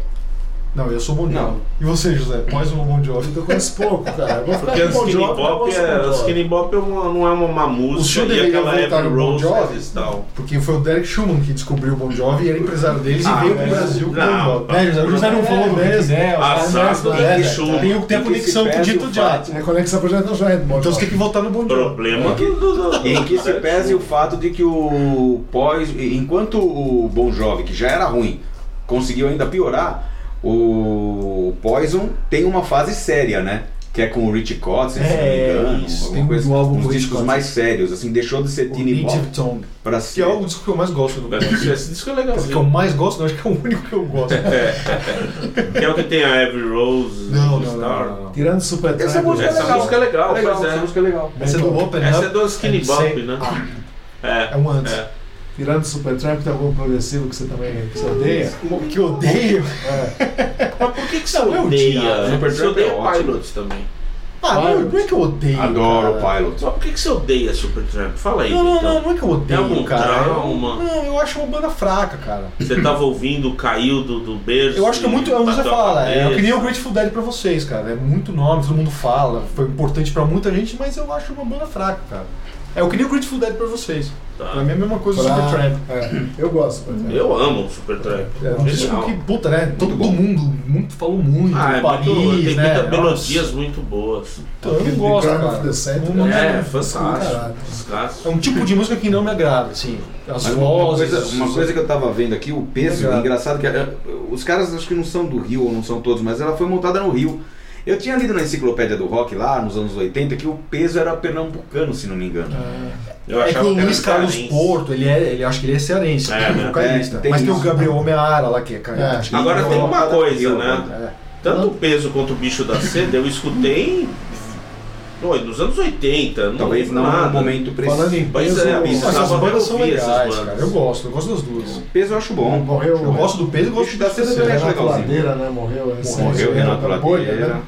Speaker 3: Não, eu sou Bon Jovi.
Speaker 2: Não.
Speaker 3: E você, José? Poison ou Bon Jovi?
Speaker 5: Eu conheço pouco, cara. Eu vou ficar
Speaker 4: Porque a
Speaker 5: com Bon
Speaker 4: Skinny
Speaker 5: Jovi, mas eu
Speaker 4: Bop,
Speaker 5: gosto de
Speaker 4: é,
Speaker 5: Bon
Speaker 4: a
Speaker 5: Jovi.
Speaker 4: Skinny Bop é uma- não é uma má música
Speaker 3: Seal
Speaker 4: e
Speaker 3: deveria
Speaker 4: aquela
Speaker 3: voltar
Speaker 4: Every
Speaker 3: no Bon
Speaker 4: Rose
Speaker 3: Jovi? É
Speaker 4: e tal.
Speaker 3: Porque foi o Derek Schumann que descobriu o Bon Jovi, era empresário deles
Speaker 2: Ah,
Speaker 3: e veio
Speaker 2: é.
Speaker 3: pro Brasil com o
Speaker 4: Não,
Speaker 3: Bon Jovi.
Speaker 4: não.
Speaker 5: É,
Speaker 3: Né, José? O José não falou do Rick Dell,
Speaker 4: Azar do
Speaker 3: né,
Speaker 4: Rick
Speaker 3: José?
Speaker 4: Schumann.
Speaker 3: Tem o- tem a
Speaker 2: Em que se
Speaker 3: conexão com o
Speaker 2: pese
Speaker 3: Dito
Speaker 2: o
Speaker 3: Diato.
Speaker 5: É conexão pro Jonathan já é do Bon
Speaker 3: Então você
Speaker 5: Jovi.
Speaker 3: tem que voltar no Bon Jovi.
Speaker 4: Problema
Speaker 2: É.
Speaker 4: do- do- do-
Speaker 2: Em que se pese o fato de que o pós, enquanto o Bon Jovi, que já era ruim, conseguiu ainda piorar, o Poison tem uma fase séria, né? Que é com o Rich Cotts, se não me
Speaker 3: É,
Speaker 2: engano,
Speaker 3: isso,
Speaker 2: alguma
Speaker 3: tem um
Speaker 2: coisa,
Speaker 3: álbum com
Speaker 2: uns
Speaker 3: o Rich
Speaker 2: discos
Speaker 3: Cotts.
Speaker 2: mais sérios, assim, deixou de ser
Speaker 3: O
Speaker 2: Tiny Bob
Speaker 3: Native Tongue.
Speaker 2: pra
Speaker 3: Que
Speaker 2: ser...
Speaker 3: é o disco que eu mais gosto do Bon
Speaker 4: Esse
Speaker 3: Jovi.
Speaker 4: disco é
Speaker 3: Esse que eu
Speaker 4: legalzinho.
Speaker 3: mais gosto, não, acho que é o único que eu gosto.
Speaker 4: Que é o que tem a Every Rose
Speaker 3: Não,
Speaker 4: e
Speaker 3: não, não,
Speaker 4: Star.
Speaker 3: não, não.
Speaker 5: Tirando Super
Speaker 2: Essa música é
Speaker 4: Essa
Speaker 2: legal.
Speaker 4: música é legal,
Speaker 2: legal,
Speaker 4: pois é.
Speaker 2: Essa música é legal.
Speaker 3: Essa é do Open
Speaker 4: Essa
Speaker 3: Up
Speaker 4: é do Skinny
Speaker 3: and
Speaker 4: Bop,
Speaker 3: Say-
Speaker 4: né?
Speaker 3: É um antes.
Speaker 4: É.
Speaker 5: Tirando Supertramp, tem algum progressivo que você também que você odeia?
Speaker 3: Que eu odeio.
Speaker 4: Mas por que, que você
Speaker 3: Não, eu
Speaker 4: odeia?
Speaker 3: odiava.
Speaker 4: né? Você
Speaker 2: Supertramp é
Speaker 4: odeia
Speaker 2: ótimo.
Speaker 4: Pilot também.
Speaker 3: Ah, não, não é que eu odeio.
Speaker 2: Adoro o
Speaker 3: cara.
Speaker 2: Pilot.
Speaker 4: Só por que, que você odeia Supertramp? Fala aí,
Speaker 3: Não, não,
Speaker 4: então.
Speaker 3: não, não é que eu
Speaker 4: Tem algum
Speaker 3: odeio, cara.
Speaker 4: trauma?
Speaker 3: Não, eu acho uma banda fraca, cara.
Speaker 4: Você tava ouvindo, caiu do, do berço.
Speaker 3: Eu acho que é muito.
Speaker 4: e
Speaker 3: É o que você
Speaker 4: bateu a
Speaker 3: fala. É, eu
Speaker 4: cabeça.
Speaker 3: queria o Grateful Dead pra vocês, cara. É muito nome, todo mundo fala. Foi importante pra muita gente, mas eu acho uma banda fraca, cara. É, eu queria o Grateful Dead pra vocês.
Speaker 4: Tá.
Speaker 3: Pra mim é a mesma coisa do
Speaker 5: Pra-
Speaker 3: Supertramp.
Speaker 5: É, eu gosto do Supertramp.
Speaker 4: Eu amo o Supertramp.
Speaker 5: É,
Speaker 3: É um disco
Speaker 4: Genial.
Speaker 3: que, puta, né? Todo
Speaker 2: bom.
Speaker 3: mundo muito, falou muito.
Speaker 4: Ah, é
Speaker 3: Paris,
Speaker 4: muito, tem
Speaker 3: né?
Speaker 4: muitas
Speaker 3: Nossa.
Speaker 4: melodias muito boas.
Speaker 3: Puta, Eu não
Speaker 5: The
Speaker 3: gosto,
Speaker 5: Crown
Speaker 3: cara.
Speaker 5: of the Center.
Speaker 3: Não-
Speaker 4: É,
Speaker 5: Caralho.
Speaker 4: fantástico.
Speaker 3: É
Speaker 4: Descasso.
Speaker 3: um tipo de música que não me agrada, assim. As
Speaker 2: Mas uma, uma
Speaker 3: vozes.
Speaker 2: coisa, uma coisa que eu tava vendo aqui, o peso,
Speaker 3: Legal.
Speaker 2: engraçado que eh, os caras acho que não são do Rio, ou não são todos, mas ela foi montada no Rio. Eu tinha lido na enciclopédia do rock lá nos anos 80 que o peso era pernambucano, se não me engano.
Speaker 4: Eu
Speaker 3: É que o
Speaker 4: que era
Speaker 3: Luiz Carlos
Speaker 4: cearense.
Speaker 3: Porto, ele é, ele acho que ele é cearense,
Speaker 4: É,
Speaker 3: é,
Speaker 4: né?
Speaker 3: vocalista.
Speaker 2: É, tem
Speaker 3: mas tem o
Speaker 2: isso.
Speaker 3: Gabriel Homem-Ara lá que é cara.
Speaker 5: É.
Speaker 3: acho que-
Speaker 4: Agora
Speaker 2: Sim,
Speaker 4: tem
Speaker 2: eu-
Speaker 4: uma coisa,
Speaker 2: eu-
Speaker 3: É.
Speaker 4: né? Tanto o peso quanto o bicho da seda, eu escutei oi, nos anos 80, não
Speaker 2: Talvez
Speaker 4: lembro
Speaker 2: não no
Speaker 4: nada.
Speaker 2: momento preciso.
Speaker 5: Falando em
Speaker 4: Pois
Speaker 5: peso,
Speaker 4: é,
Speaker 5: o-
Speaker 4: isso.
Speaker 3: Mas as
Speaker 4: Precisava
Speaker 3: bandas são
Speaker 4: ouvir essas
Speaker 3: legais,
Speaker 4: bandas.
Speaker 3: cara. Eu gosto, eu gosto das duas.
Speaker 2: peso eu acho bom.
Speaker 5: Morreu.
Speaker 3: Eu gosto do peso e gosto
Speaker 2: Bicho
Speaker 3: do
Speaker 2: da seda
Speaker 3: Cera.
Speaker 2: eu acho
Speaker 5: Renato
Speaker 2: legalzinho.
Speaker 5: Ladeira, né? Morreu. tá né?
Speaker 2: Morreu Renato Ladeira,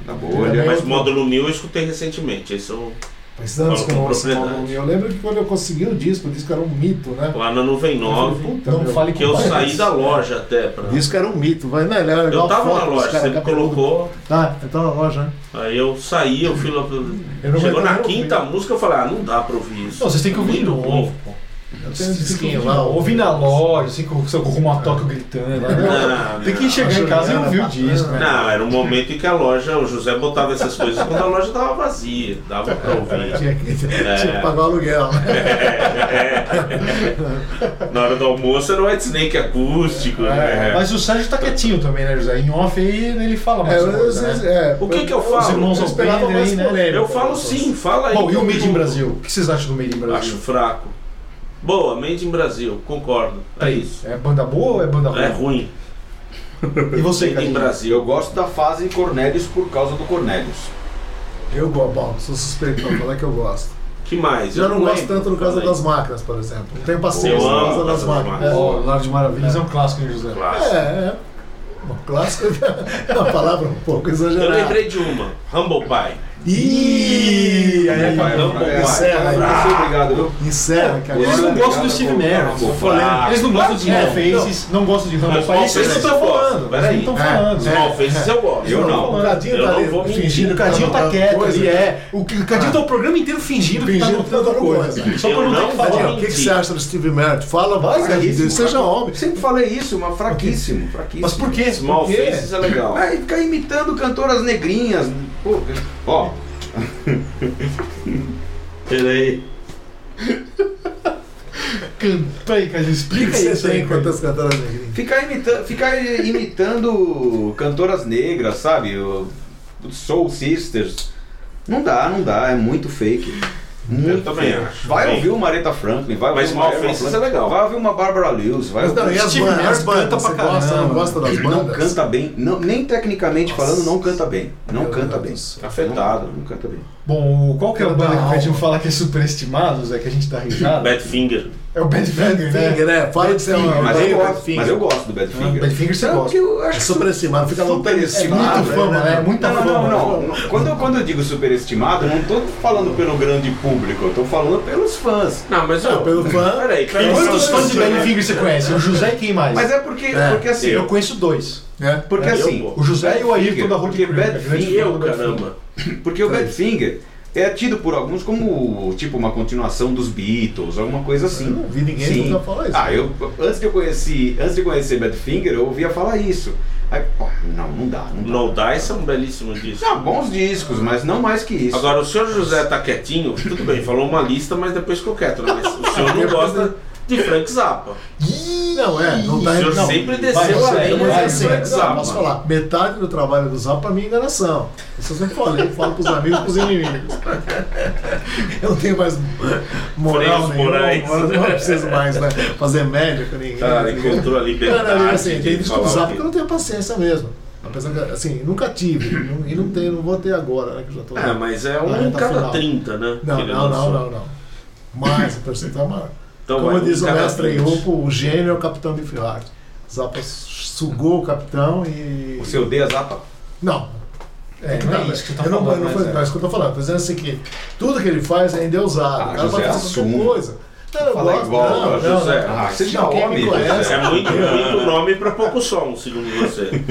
Speaker 2: da bolha.
Speaker 5: Também-
Speaker 4: Mas módulo mil eu escutei recentemente, esse é eu
Speaker 5: Faz anos que eu não
Speaker 4: Falou com
Speaker 5: ouço um álbum
Speaker 4: propriedade.
Speaker 5: meu. Eu lembro que quando eu consegui o disco, o disco era um mito, né?
Speaker 4: Lá na Nuvem
Speaker 5: Eu falei,
Speaker 4: 9,
Speaker 5: puta,
Speaker 3: Não
Speaker 5: meu,
Speaker 3: fale
Speaker 4: que eu
Speaker 5: parece.
Speaker 4: saí da loja até pra.
Speaker 5: O disco era um mito, vai, né? Ele
Speaker 3: é
Speaker 5: era
Speaker 4: Eu
Speaker 5: igual
Speaker 4: tava
Speaker 5: foto,
Speaker 4: na
Speaker 5: os
Speaker 4: loja,
Speaker 5: caras
Speaker 4: você me
Speaker 5: cabeludo.
Speaker 4: colocou,
Speaker 5: Ah, eu tava na loja, né?
Speaker 4: aí eu saí, eu fui lá. pro-
Speaker 5: Eu não
Speaker 4: Chegou
Speaker 5: aguento
Speaker 4: na
Speaker 5: nem
Speaker 4: quinta
Speaker 5: ouvir.
Speaker 4: música, eu falei, ah, não dá pra ouvir isso.
Speaker 3: né? Não, vocês têm que ouvir de
Speaker 4: Muito
Speaker 3: novo,
Speaker 4: bom.
Speaker 3: pô.
Speaker 5: Eu tenho um
Speaker 3: Vocês têm que
Speaker 5: disquinho
Speaker 3: ouvir
Speaker 5: lá.
Speaker 3: lá, ouvir na loja, assim, com com o Matoca gritando. né?
Speaker 4: Não,
Speaker 3: Tem que
Speaker 4: não.
Speaker 3: chegar em casa e ouvir o disco, né?
Speaker 4: Não, era um momento em que a loja, o José botava essas coisas quando a loja tava vazia, dava pra ouvir. É.
Speaker 5: Tinha que, tinha que pagar o aluguel.
Speaker 4: Na hora do almoço era o White Snake acústico. né?
Speaker 3: É, Mas o Sérgio tá quietinho também, né, José? Em off aí ele fala
Speaker 5: É,
Speaker 3: mais.
Speaker 5: eu- eu-
Speaker 3: coisa, né?
Speaker 5: é,
Speaker 4: O que que eu
Speaker 5: Os
Speaker 4: falo?
Speaker 5: irmãos
Speaker 3: Eu esperava
Speaker 5: Alpendre
Speaker 3: mais
Speaker 5: aí, né?
Speaker 3: polêmica.
Speaker 4: Eu falo sim, fala aí.
Speaker 3: Bom, e o Made in
Speaker 4: Eu
Speaker 3: Brasil? O que vocês acham do Made in Brasil?
Speaker 4: Acho fraco. Boa, Made in Brasil, concordo. É isso.
Speaker 3: É banda boa ou é banda ruim?
Speaker 4: É ruim.
Speaker 3: E você,
Speaker 4: Made in
Speaker 3: cara?
Speaker 4: Brasil.
Speaker 2: Eu gosto da fase Cornelius por causa do Cornelius.
Speaker 5: Eu gosto, bom, sou suspeito pra falar que eu gosto.
Speaker 4: Que mais?
Speaker 5: Já não gosto
Speaker 4: lembro
Speaker 5: tanto no caso
Speaker 4: também.
Speaker 5: das máquinas, por exemplo. Não tenho paciência
Speaker 4: Eu
Speaker 5: no
Speaker 4: amo
Speaker 5: caso das
Speaker 4: Casa das
Speaker 5: máquinas.
Speaker 4: Máquinas.
Speaker 3: Ó, Lar de Maravilhas é um clássico, hein, José?
Speaker 5: É,
Speaker 4: Clássico.
Speaker 5: é. Bom, clássico é uma palavra um pouco
Speaker 4: Eu
Speaker 5: exagerada.
Speaker 4: lembrei de uma, Humble Pie.
Speaker 5: Ih, aí
Speaker 2: Vai,
Speaker 5: acabou.
Speaker 2: vai, vai.
Speaker 5: É, então, Encerra aí.
Speaker 2: Muito obrigado, viu?
Speaker 5: Encerra, que
Speaker 3: Eles não
Speaker 5: agora.
Speaker 3: gostam do Steve Merrill.
Speaker 2: Pô,
Speaker 3: eu falei.
Speaker 4: fraco.
Speaker 3: Eles não gostam de Small
Speaker 5: É,
Speaker 3: Faces, então. não gostam de Rumble
Speaker 4: Mas
Speaker 3: Pie. Isso eles
Speaker 4: Small
Speaker 3: não
Speaker 4: Faces
Speaker 3: estão
Speaker 4: eu gosto,
Speaker 3: falando. Eles
Speaker 4: peraí.
Speaker 3: não estão
Speaker 5: É,
Speaker 3: falando.
Speaker 5: é.
Speaker 4: Small Faces eu gosto.
Speaker 2: Eu
Speaker 3: um
Speaker 2: não.
Speaker 5: O Cadinho
Speaker 4: Eu
Speaker 5: tá
Speaker 4: não
Speaker 5: ali
Speaker 4: vou mentir.
Speaker 5: fingindo.
Speaker 3: O Cadinho tá
Speaker 5: falando
Speaker 3: quieto
Speaker 5: coisa.
Speaker 3: ali, é. O que- o Cadinho tá o programa inteiro fingindo que tá
Speaker 5: Fingindo que tá
Speaker 3: lutando
Speaker 5: lutando
Speaker 3: coisa.
Speaker 5: coisa.
Speaker 3: Só um pra
Speaker 4: Eu
Speaker 3: não ter
Speaker 4: não
Speaker 3: que
Speaker 4: vou
Speaker 5: Cadinho,
Speaker 3: falar.
Speaker 5: o que, que você acha do Steve Merritt? Fala, vai, Cadinho,
Speaker 2: Fraquíssimo,
Speaker 5: seja
Speaker 2: fraco.
Speaker 5: homem.
Speaker 2: Sempre falei isso, uma fraquíssimo, fraquíssimo.
Speaker 3: Mas por quê?
Speaker 4: Small
Speaker 3: Por quê?
Speaker 4: Faces é legal.
Speaker 2: Aí fica imitando cantoras negrinhas. Pô, ó,
Speaker 4: Peraí.
Speaker 3: Canta aí, Cadinho,
Speaker 5: O que
Speaker 3: explica
Speaker 5: que
Speaker 3: isso
Speaker 5: você tem
Speaker 3: aí.
Speaker 5: enquanto
Speaker 3: Cadinho.
Speaker 5: as cantoras negrinhas?
Speaker 2: ficar, imita ficar imitando cantoras negras, sabe? O- o Soul Sisters. Não dá, não dá, é muito fake. Muito
Speaker 4: Eu também
Speaker 2: fake.
Speaker 4: acho.
Speaker 2: Vai
Speaker 4: Bem.
Speaker 2: ouvir uma Aretha Franklin, vai ouvir
Speaker 4: Mas
Speaker 2: uma
Speaker 4: Small
Speaker 2: Aretha
Speaker 4: Faces
Speaker 2: Franklin,
Speaker 4: é legal.
Speaker 2: Vai ouvir uma Barbara Lewis, vai
Speaker 5: Mas não, e
Speaker 2: ouvir...
Speaker 5: as
Speaker 3: Steve
Speaker 5: bandas?
Speaker 3: Merritt
Speaker 5: As bandas,
Speaker 3: canta
Speaker 5: você
Speaker 3: pra
Speaker 5: gosta,
Speaker 3: caramba.
Speaker 5: não gosta das
Speaker 2: Não
Speaker 5: bandas?
Speaker 2: canta bem, não, nem tecnicamente falando, não canta bem. Não
Speaker 5: Meu
Speaker 2: canta
Speaker 5: Deus
Speaker 2: bem.
Speaker 5: do céu.
Speaker 2: Afetado, não canta bem.
Speaker 3: Bom, o- qual que é a
Speaker 5: Canta
Speaker 3: banda que o
Speaker 5: alma.
Speaker 3: Cadinho fala que é superestimado, Zé, que a gente tá risado?
Speaker 4: Badfinger.
Speaker 3: É o Badfinger, né?
Speaker 5: Finger, é, fala que você é uma
Speaker 2: Mas eu,
Speaker 5: David
Speaker 2: gosto, mas eu gosto do
Speaker 3: Ah,
Speaker 2: Badfinger.
Speaker 3: Badfinger você
Speaker 2: Não,
Speaker 3: gosta.
Speaker 2: porque eu acho que
Speaker 5: Superestimado, fica
Speaker 2: Superestimado,
Speaker 5: lotaríssimo.
Speaker 3: Muito fama, né? Muita
Speaker 2: É Não,
Speaker 3: fama.
Speaker 2: não, não, não. Quando eu, quando eu digo superestimado, eu não tô falando pelo grande público, eu tô falando pelos fãs.
Speaker 4: Não, mas
Speaker 5: Não,
Speaker 4: eu...
Speaker 5: pelo fã.
Speaker 4: Peraí,
Speaker 3: E
Speaker 4: peraí.
Speaker 3: quantos
Speaker 4: Eu-
Speaker 3: fãs de Badfinger você conhece? O José e quem mais?
Speaker 2: Mas é porque,
Speaker 5: É,
Speaker 2: porque assim,
Speaker 3: Eu conheço dois.
Speaker 5: né?
Speaker 2: porque
Speaker 4: eu,
Speaker 2: assim,
Speaker 4: pô.
Speaker 3: É, O José e o Ayrton
Speaker 2: Badfinger,
Speaker 3: da Road
Speaker 2: porque
Speaker 3: Crew. que é grande
Speaker 4: E eu,
Speaker 3: fã do Badfinger.
Speaker 4: caramba.
Speaker 2: porque o Badfinger é tido por alguns como tipo uma continuação dos Beatles, alguma coisa
Speaker 3: É,
Speaker 2: assim.
Speaker 5: Eu não vi ninguém
Speaker 2: Sim.
Speaker 5: nunca falar isso.
Speaker 2: Ah, eu antes de eu conheci, antes de conhecer Badfinger, eu ouvia falar isso. Aí, pô, não, não dá, não dá.
Speaker 4: No Dice é um belíssimo disco.
Speaker 2: Ah, bons discos, mas não mais que isso.
Speaker 4: Agora, o senhor José tá quietinho, tudo bem, falou uma lista, mas depois ficou quieto. né? Mas o senhor não gosta de Frank Zappa.
Speaker 5: Ih, Não, é, não
Speaker 4: O
Speaker 5: tá
Speaker 4: senhor
Speaker 5: não.
Speaker 4: sempre
Speaker 5: Vai,
Speaker 4: desceu a
Speaker 5: você,
Speaker 4: lenha né?
Speaker 5: mas
Speaker 4: de
Speaker 5: assim,
Speaker 4: Frank
Speaker 5: não,
Speaker 4: Zappa.
Speaker 5: posso falar, metade do trabalho do Zap pra mim é enganação. Isso eu sempre falei, eu falo pros amigos e pros inimigos. Eu não tenho mais moral
Speaker 4: Freios morais.
Speaker 5: nenhuma, eu não preciso mais né, fazer média com ninguém. né?
Speaker 4: Cara,
Speaker 5: entendeu?
Speaker 4: Tá, encontrou a liberdade.
Speaker 5: Cara, assim, tem
Speaker 4: de
Speaker 5: disco do
Speaker 4: falar
Speaker 5: Zap
Speaker 4: o
Speaker 5: que
Speaker 4: que-
Speaker 5: eu não tenho paciência mesmo. Apesar que, assim, nunca tive. não- E não tenho, não vou ter agora, né? Que eu já tô.
Speaker 4: É, mas é um
Speaker 5: na reta
Speaker 4: cada
Speaker 5: Ah, tá final.
Speaker 4: 30, né? que
Speaker 5: Não,
Speaker 4: ele
Speaker 5: não, não,
Speaker 4: lançou.
Speaker 5: não, não. Mas o percentual é maior.
Speaker 4: Então,
Speaker 5: Como
Speaker 4: vai,
Speaker 5: diz
Speaker 4: um
Speaker 5: o
Speaker 4: cada
Speaker 5: mestre
Speaker 4: 20.
Speaker 5: Iopo, o gênio é o capitão de Ferrari. Zappa sugou o capitão e.
Speaker 2: o seu odeia Zappa?
Speaker 5: Não.
Speaker 3: É, não é isso que tu tá
Speaker 5: eu não,
Speaker 3: falando,
Speaker 5: eu não,
Speaker 3: mas
Speaker 5: foi-
Speaker 3: é.
Speaker 5: não é isso que eu tô falando. Tô dizendo assim que tudo que ele faz é endeusado.
Speaker 2: Ah,
Speaker 5: o cara
Speaker 2: José,
Speaker 5: vai fazer qualquer
Speaker 2: assume.
Speaker 5: coisa. Não, eu
Speaker 2: Fala
Speaker 5: gosto,
Speaker 2: igual,
Speaker 5: não,
Speaker 2: ó,
Speaker 5: não,
Speaker 4: José.
Speaker 5: não.
Speaker 2: Ah, seja
Speaker 5: Não, quem me
Speaker 2: homem,
Speaker 5: conhece,
Speaker 2: José.
Speaker 4: É muito, muito nome pra pouco som, segundo você.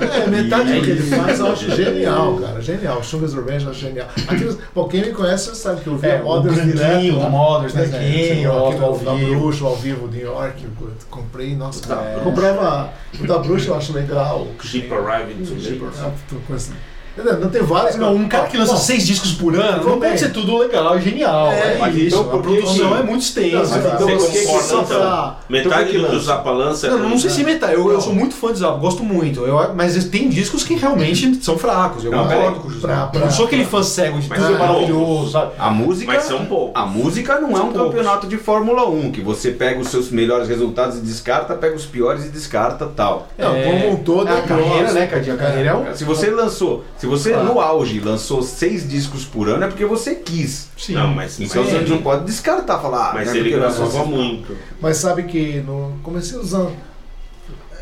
Speaker 5: É, metade do que ele faz eu acho genial, cara. Genial. Sugar's Revenge eu acho genial. Aqueles, pô, quem me conhece sabe que eu vi
Speaker 3: É,
Speaker 5: a
Speaker 3: o
Speaker 5: Mothers
Speaker 3: Branquinho,
Speaker 5: direto. lá.
Speaker 3: o Mothers, né,
Speaker 5: Branquinho,
Speaker 3: Zé?
Speaker 5: aquele
Speaker 3: Ao
Speaker 5: da
Speaker 3: vivo.
Speaker 5: Bruxa, ao vivo, New York. Eu comprei, nossa, eu comprava. O da Bruxa eu acho legal.
Speaker 4: Jeep Arriving to
Speaker 5: Tipo,
Speaker 4: me.
Speaker 5: ah, tô com esse- Entendeu? Não tem vários.
Speaker 3: Não, um cara que lança seis discos por ano não
Speaker 5: tudo bem.
Speaker 3: pode ser tudo legal e genial.
Speaker 5: É,
Speaker 3: É,
Speaker 5: mas
Speaker 3: isso.
Speaker 2: então por
Speaker 3: a
Speaker 2: que
Speaker 3: produção
Speaker 2: que-
Speaker 3: é muito
Speaker 5: assim, Não,
Speaker 3: extensa.
Speaker 5: mas
Speaker 3: cara.
Speaker 5: então
Speaker 4: Você
Speaker 5: por que que
Speaker 4: concorda, então?
Speaker 5: Zappa-
Speaker 4: Metade
Speaker 2: Então,
Speaker 4: do que o
Speaker 2: que
Speaker 4: Zappa lança é
Speaker 3: Não, não sei se imitar, eu, eu sou muito fã de Zappa, gosto muito, eu, mas tem discos que realmente são fracos, eu
Speaker 2: Não,
Speaker 3: concordo
Speaker 2: peraí.
Speaker 3: com o José.
Speaker 5: Pra- pra-
Speaker 3: não sou aquele fã cego de
Speaker 4: Mas
Speaker 3: tudo é
Speaker 4: não.
Speaker 3: maravilhoso, sabe?
Speaker 2: A música,
Speaker 4: Mas são poucos.
Speaker 2: a música não é um
Speaker 3: poucos.
Speaker 2: campeonato de Fórmula 1, que você pega os seus melhores resultados e descarta, pega os piores e descarta tal.
Speaker 5: Não, como um todo,
Speaker 3: é a
Speaker 5: eu
Speaker 3: carreira,
Speaker 5: gosto.
Speaker 3: né, Cadinho? A carreira é um.
Speaker 2: Se você lançou, se você
Speaker 3: Claro.
Speaker 2: no auge lançou seis discos por ano, é porque você quis.
Speaker 3: Sim.
Speaker 4: Não, mas, mas,
Speaker 2: Então você não pode descartar, falar. ah,
Speaker 4: mas
Speaker 2: não é
Speaker 4: ele
Speaker 2: porque lançou
Speaker 4: gravava
Speaker 2: esses-
Speaker 4: muito.
Speaker 5: Mas sabe que no comecei usando.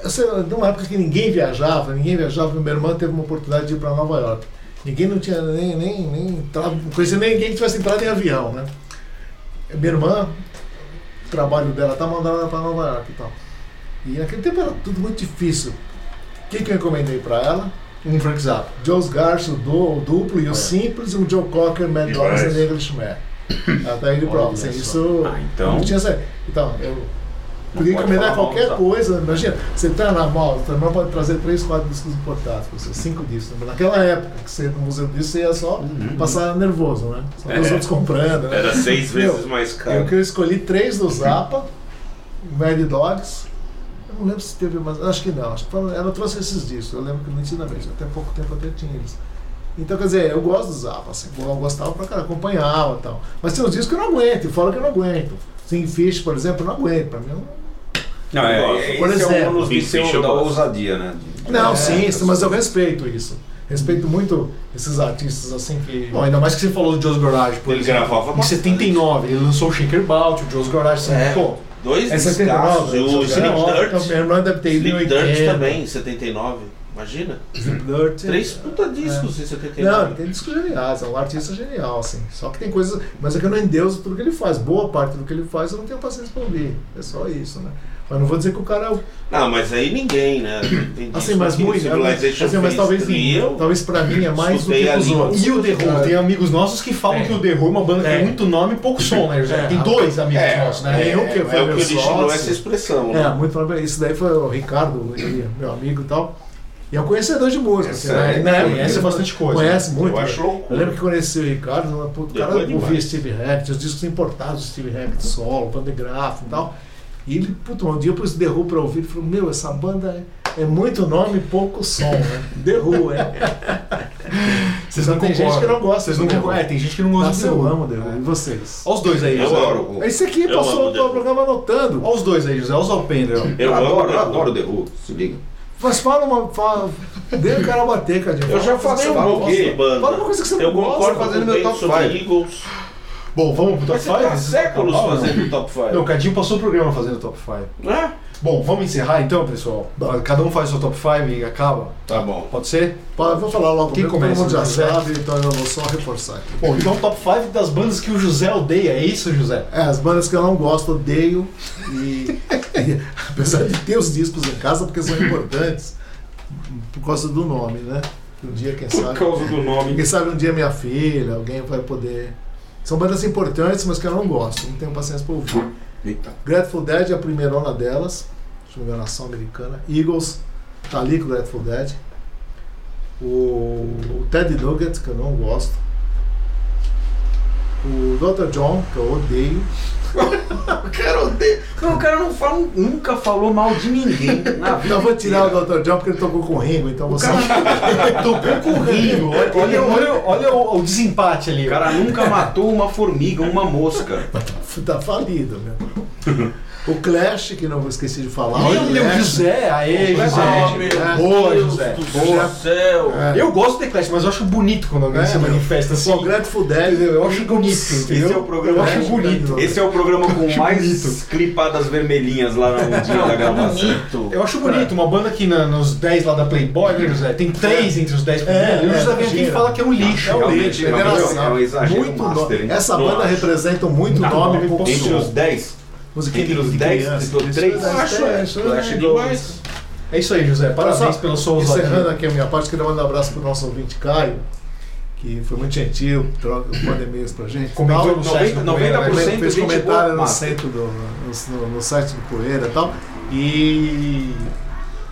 Speaker 5: Eu sei, numa época que ninguém viajava, ninguém viajava, minha irmã teve uma oportunidade de ir para Nova York. Ninguém não tinha nem, nem, nem entrado, não conhecia nem ninguém que tivesse entrado em avião, né? Minha irmã, o trabalho dela tá mandando ela pra Nova York e tal. E naquele tempo era tudo muito difícil. O que, que eu encomendei pra ela? Um Frank Zappa. Joe's Garcia, o, du- o duplo e o simples, e um Joe Cocker, Mad Dogs and Englishman. Até ele próprio. Assim, isso
Speaker 2: Ah, então-
Speaker 5: não tinha essa- Então, eu
Speaker 2: pode
Speaker 5: podia encomendar
Speaker 2: falar mal,
Speaker 5: qualquer
Speaker 2: tá?
Speaker 5: coisa. Imagina, você tá na mall, você não pode trazer três, quatro discos importados, pra você, cinco discos. Naquela época, que você no museu disso, você ia só
Speaker 2: Uhum.
Speaker 5: passar nervoso, né? Só ver os
Speaker 4: É.
Speaker 5: outros comprando. Né?
Speaker 4: Era seis
Speaker 5: Meu,
Speaker 4: vezes mais
Speaker 5: Eu
Speaker 4: caro.
Speaker 5: que eu escolhi três do Zappa, Mad Dogs. Eu não lembro se teve mais. Acho que não. Acho que foi- ela trouxe esses discos. Eu lembro que não tinha na vez. Até pouco tempo até tinha eles. Então, quer dizer, eu gosto do Zappa, assim, eu gostava pra caralho, acompanhava e tal. Mas tem uns discos que eu não aguento, e fora que eu não aguento. Sim, Fish, por exemplo, eu não aguento. Pra mim, eu não.
Speaker 2: Não, é,
Speaker 5: Por
Speaker 2: esse é um
Speaker 5: exemplo,
Speaker 2: ônus do
Speaker 4: Big
Speaker 2: seu-
Speaker 4: Fish eu
Speaker 2: da
Speaker 4: gosto.
Speaker 2: ousadia, né?
Speaker 5: Não,
Speaker 2: É,
Speaker 5: sim, isso, mas eu respeito isso. Respeito muito esses artistas assim que. Bom, ainda mais que você falou do Joe's Garage, por
Speaker 4: Ele
Speaker 5: exemplo.
Speaker 4: gravava
Speaker 5: Em
Speaker 4: bastante.
Speaker 5: 79, ele lançou o Shaker Bout, o Joe's Garage, assim,
Speaker 4: É.
Speaker 5: pô.
Speaker 4: Dois
Speaker 5: É
Speaker 4: descasos.
Speaker 5: 79.
Speaker 4: E o Sleep
Speaker 5: Então, minha
Speaker 4: Dirt.
Speaker 5: irmã deve ter ido em
Speaker 4: Sleep Dirt
Speaker 5: 80.
Speaker 4: também, 79. Imagina.
Speaker 5: Sleep Dirt. é
Speaker 4: Três puta discos em
Speaker 5: Não, ele
Speaker 4: 79.
Speaker 5: tem discos geniais, é um artista genial, assim. Só que tem coisas. Mas é que eu não endeuso tudo que ele faz. Boa parte do que ele faz eu não tenho paciência pra ouvir. É só isso, né? Mas não vou dizer que o cara é o.
Speaker 4: Não, mas aí ninguém, né? Tem
Speaker 5: Assim,
Speaker 4: disco
Speaker 5: mas
Speaker 4: aqui,
Speaker 5: muito. é, mas-
Speaker 4: Civilization
Speaker 5: assim, mas
Speaker 4: fez
Speaker 5: talvez
Speaker 4: trio.
Speaker 5: talvez pra mim é mais do que
Speaker 4: Escutei
Speaker 5: pros
Speaker 4: ali. um
Speaker 5: outros.
Speaker 3: E o The Who? Tem amigos nossos que falam
Speaker 5: É.
Speaker 3: que o The Who é uma banda que
Speaker 5: É.
Speaker 3: tem muito nome e pouco som, né, José?
Speaker 5: É.
Speaker 3: Tem dois amigos nossos, né?
Speaker 5: é.
Speaker 3: Eu-
Speaker 5: o que foi
Speaker 4: é o que
Speaker 5: meu
Speaker 4: originou
Speaker 5: sócio.
Speaker 4: essa expressão,
Speaker 5: É,
Speaker 4: né?
Speaker 5: muito provavelmente. Isso daí foi o Ricardo, ele, meu amigo e tal. E é um conhecedor de música, assim, né?
Speaker 3: é,
Speaker 5: Ele
Speaker 3: conhece bastante coisa,
Speaker 5: Conhece muito.
Speaker 4: Eu
Speaker 5: né?
Speaker 4: acho loucura.
Speaker 5: Eu lembro que conheci o Ricardo, falava, pô, o cara
Speaker 4: Depois
Speaker 5: ouvia
Speaker 4: demais.
Speaker 5: Steve Hackett, os discos importados do Steve Hackett, solo, Pandegrafo e tal. E ele, puta, um dia eu pus The Who pra ouvir e falou, meu, essa banda é, é muito nome e pouco som, né? The Who, é.
Speaker 3: Vocês não
Speaker 5: Tem gente
Speaker 3: concordam.
Speaker 5: que não gosta
Speaker 3: Vocês
Speaker 5: do
Speaker 3: não
Speaker 5: The Who.
Speaker 3: concordam. É, tem gente que não gosta
Speaker 5: Nossa,
Speaker 3: do
Speaker 5: eu
Speaker 3: The Who.
Speaker 5: amo The Who. E vocês?
Speaker 3: Olha os dois aí,
Speaker 4: Eu
Speaker 3: José.
Speaker 4: adoro.
Speaker 2: é.
Speaker 4: o-
Speaker 5: Esse aqui
Speaker 4: Eu
Speaker 5: passou
Speaker 4: amo The
Speaker 5: o
Speaker 4: Who.
Speaker 5: programa anotando.
Speaker 3: Olha os dois aí, José. Olha os alpendre, ó.
Speaker 2: Eu adoro, eu
Speaker 4: né?
Speaker 2: adoro The Who, se liga.
Speaker 5: Mas fala uma. Fala, dê o cara bater, Cadinho.
Speaker 4: Eu já
Speaker 5: Fala
Speaker 4: falei
Speaker 5: uma
Speaker 4: um
Speaker 5: coisa que você
Speaker 4: quê,
Speaker 5: não gosta.
Speaker 4: banda?
Speaker 5: Fala uma coisa que você
Speaker 4: Eu
Speaker 5: não gosta.
Speaker 4: concordo
Speaker 2: fazendo
Speaker 4: com
Speaker 2: meu
Speaker 4: o Ben
Speaker 2: top
Speaker 4: sobre
Speaker 2: five.
Speaker 4: Eagles.
Speaker 3: Bom, vamos pro top
Speaker 4: Mas
Speaker 3: 5?
Speaker 4: você tá há séculos fazendo o top 5.
Speaker 3: Não, o Cadinho passou o programa fazendo o top 5.
Speaker 4: É?
Speaker 3: Bom, vamos encerrar então, pessoal? Cada um faz o seu top 5 e acaba.
Speaker 2: Tá bom.
Speaker 3: Pode ser?
Speaker 5: Pá, eu vou falar logo,
Speaker 3: Quem
Speaker 5: Quem todo
Speaker 3: começa,
Speaker 5: mundo já
Speaker 3: José?
Speaker 5: sabe, então eu vou só reforçar aqui.
Speaker 3: Bom, então top 5 das bandas que o José odeia, é isso, José?
Speaker 5: É, as bandas que eu não gosto, odeio. E, e apesar de ter os discos em casa, porque são importantes, por causa do nome, né? Um dia, quem sabe.
Speaker 2: causa do nome.
Speaker 5: Quem sabe um dia minha filha, alguém vai poder. São bandas importantes, mas que eu não gosto, não tenho paciência pra ouvir.
Speaker 2: Eita.
Speaker 5: Grateful Dead é a primeirona delas, se não me engano, nação americana. Eagles, tá ali com o Grateful Dead. O, o Ted Nugget, que eu não gosto. O Dr. John, que eu odeio.
Speaker 2: O cara odeia. Não, o cara não fala, nunca falou mal de ninguém na vida.
Speaker 5: Não, vou tirar o Dr. John porque ele tocou com o Ringo, então você.
Speaker 3: Tocou com o Ringo. Olha, olha, olha, olha o, o desempate ali.
Speaker 2: O cara nunca matou uma formiga, uma mosca.
Speaker 5: tá falido, meu. O Clash, que não vou esquecer de falar.
Speaker 3: Olha
Speaker 5: o
Speaker 3: o meu
Speaker 5: Clash.
Speaker 3: José, aê,
Speaker 5: José.
Speaker 4: Ah,
Speaker 3: José.
Speaker 4: meu
Speaker 5: Boa,
Speaker 4: Deus
Speaker 5: José.
Speaker 4: do
Speaker 5: Boa.
Speaker 4: céu.
Speaker 5: É.
Speaker 3: Eu gosto de Clash, mas eu acho bonito quando alguém
Speaker 5: É,
Speaker 3: se
Speaker 5: meu. é
Speaker 3: manifesta assim.
Speaker 5: Pô, Grateful Dead.
Speaker 3: Entendeu? Eu acho bonito, entendeu?
Speaker 2: é o programa.
Speaker 3: Eu
Speaker 5: né?
Speaker 3: acho bonito.
Speaker 2: Esse é o programa com mais
Speaker 3: bonito.
Speaker 2: clipadas vermelhinhas lá no dia
Speaker 4: tá
Speaker 2: da gravação.
Speaker 3: Eu
Speaker 5: É.
Speaker 3: acho tá bonito, uma banda que na- nos 10 lá da Playboy, né, José? Tem 3 entre os 10 primeiros. e o
Speaker 5: é,
Speaker 3: José vem aqui e
Speaker 5: gira.
Speaker 3: fala que é um lixo.
Speaker 5: É um
Speaker 2: Realmente,
Speaker 5: lixo, é
Speaker 2: realmente é um
Speaker 5: engraçado.
Speaker 2: exagero
Speaker 5: Muito
Speaker 2: master,
Speaker 5: nome.
Speaker 2: hein?
Speaker 5: Essa
Speaker 4: Não
Speaker 5: banda
Speaker 4: acho.
Speaker 5: representa muito nome e pouco
Speaker 2: Entre os
Speaker 5: som.
Speaker 2: 10,
Speaker 5: Musiquinha
Speaker 2: entre os
Speaker 5: de
Speaker 2: 10,
Speaker 5: criança. é-
Speaker 2: citou 3.
Speaker 5: Eu acho, eu acho, eu acho
Speaker 4: demais.
Speaker 3: É isso aí, José. Parabéns
Speaker 5: Só é
Speaker 3: pela sua
Speaker 5: Encerrando
Speaker 3: ousadia.
Speaker 5: aqui a minha parte, queria mandar um abraço pro nosso ouvinte Caio, que foi muito gentil, troca, manda e-mails pra gente.
Speaker 3: Comentou
Speaker 5: Tal.
Speaker 3: no site do
Speaker 2: 90%
Speaker 5: Ele né? fez
Speaker 2: gente
Speaker 5: comentário
Speaker 2: boa,
Speaker 5: no,
Speaker 2: massa.
Speaker 5: centro do, no, no- no site do Poeira e tal. E.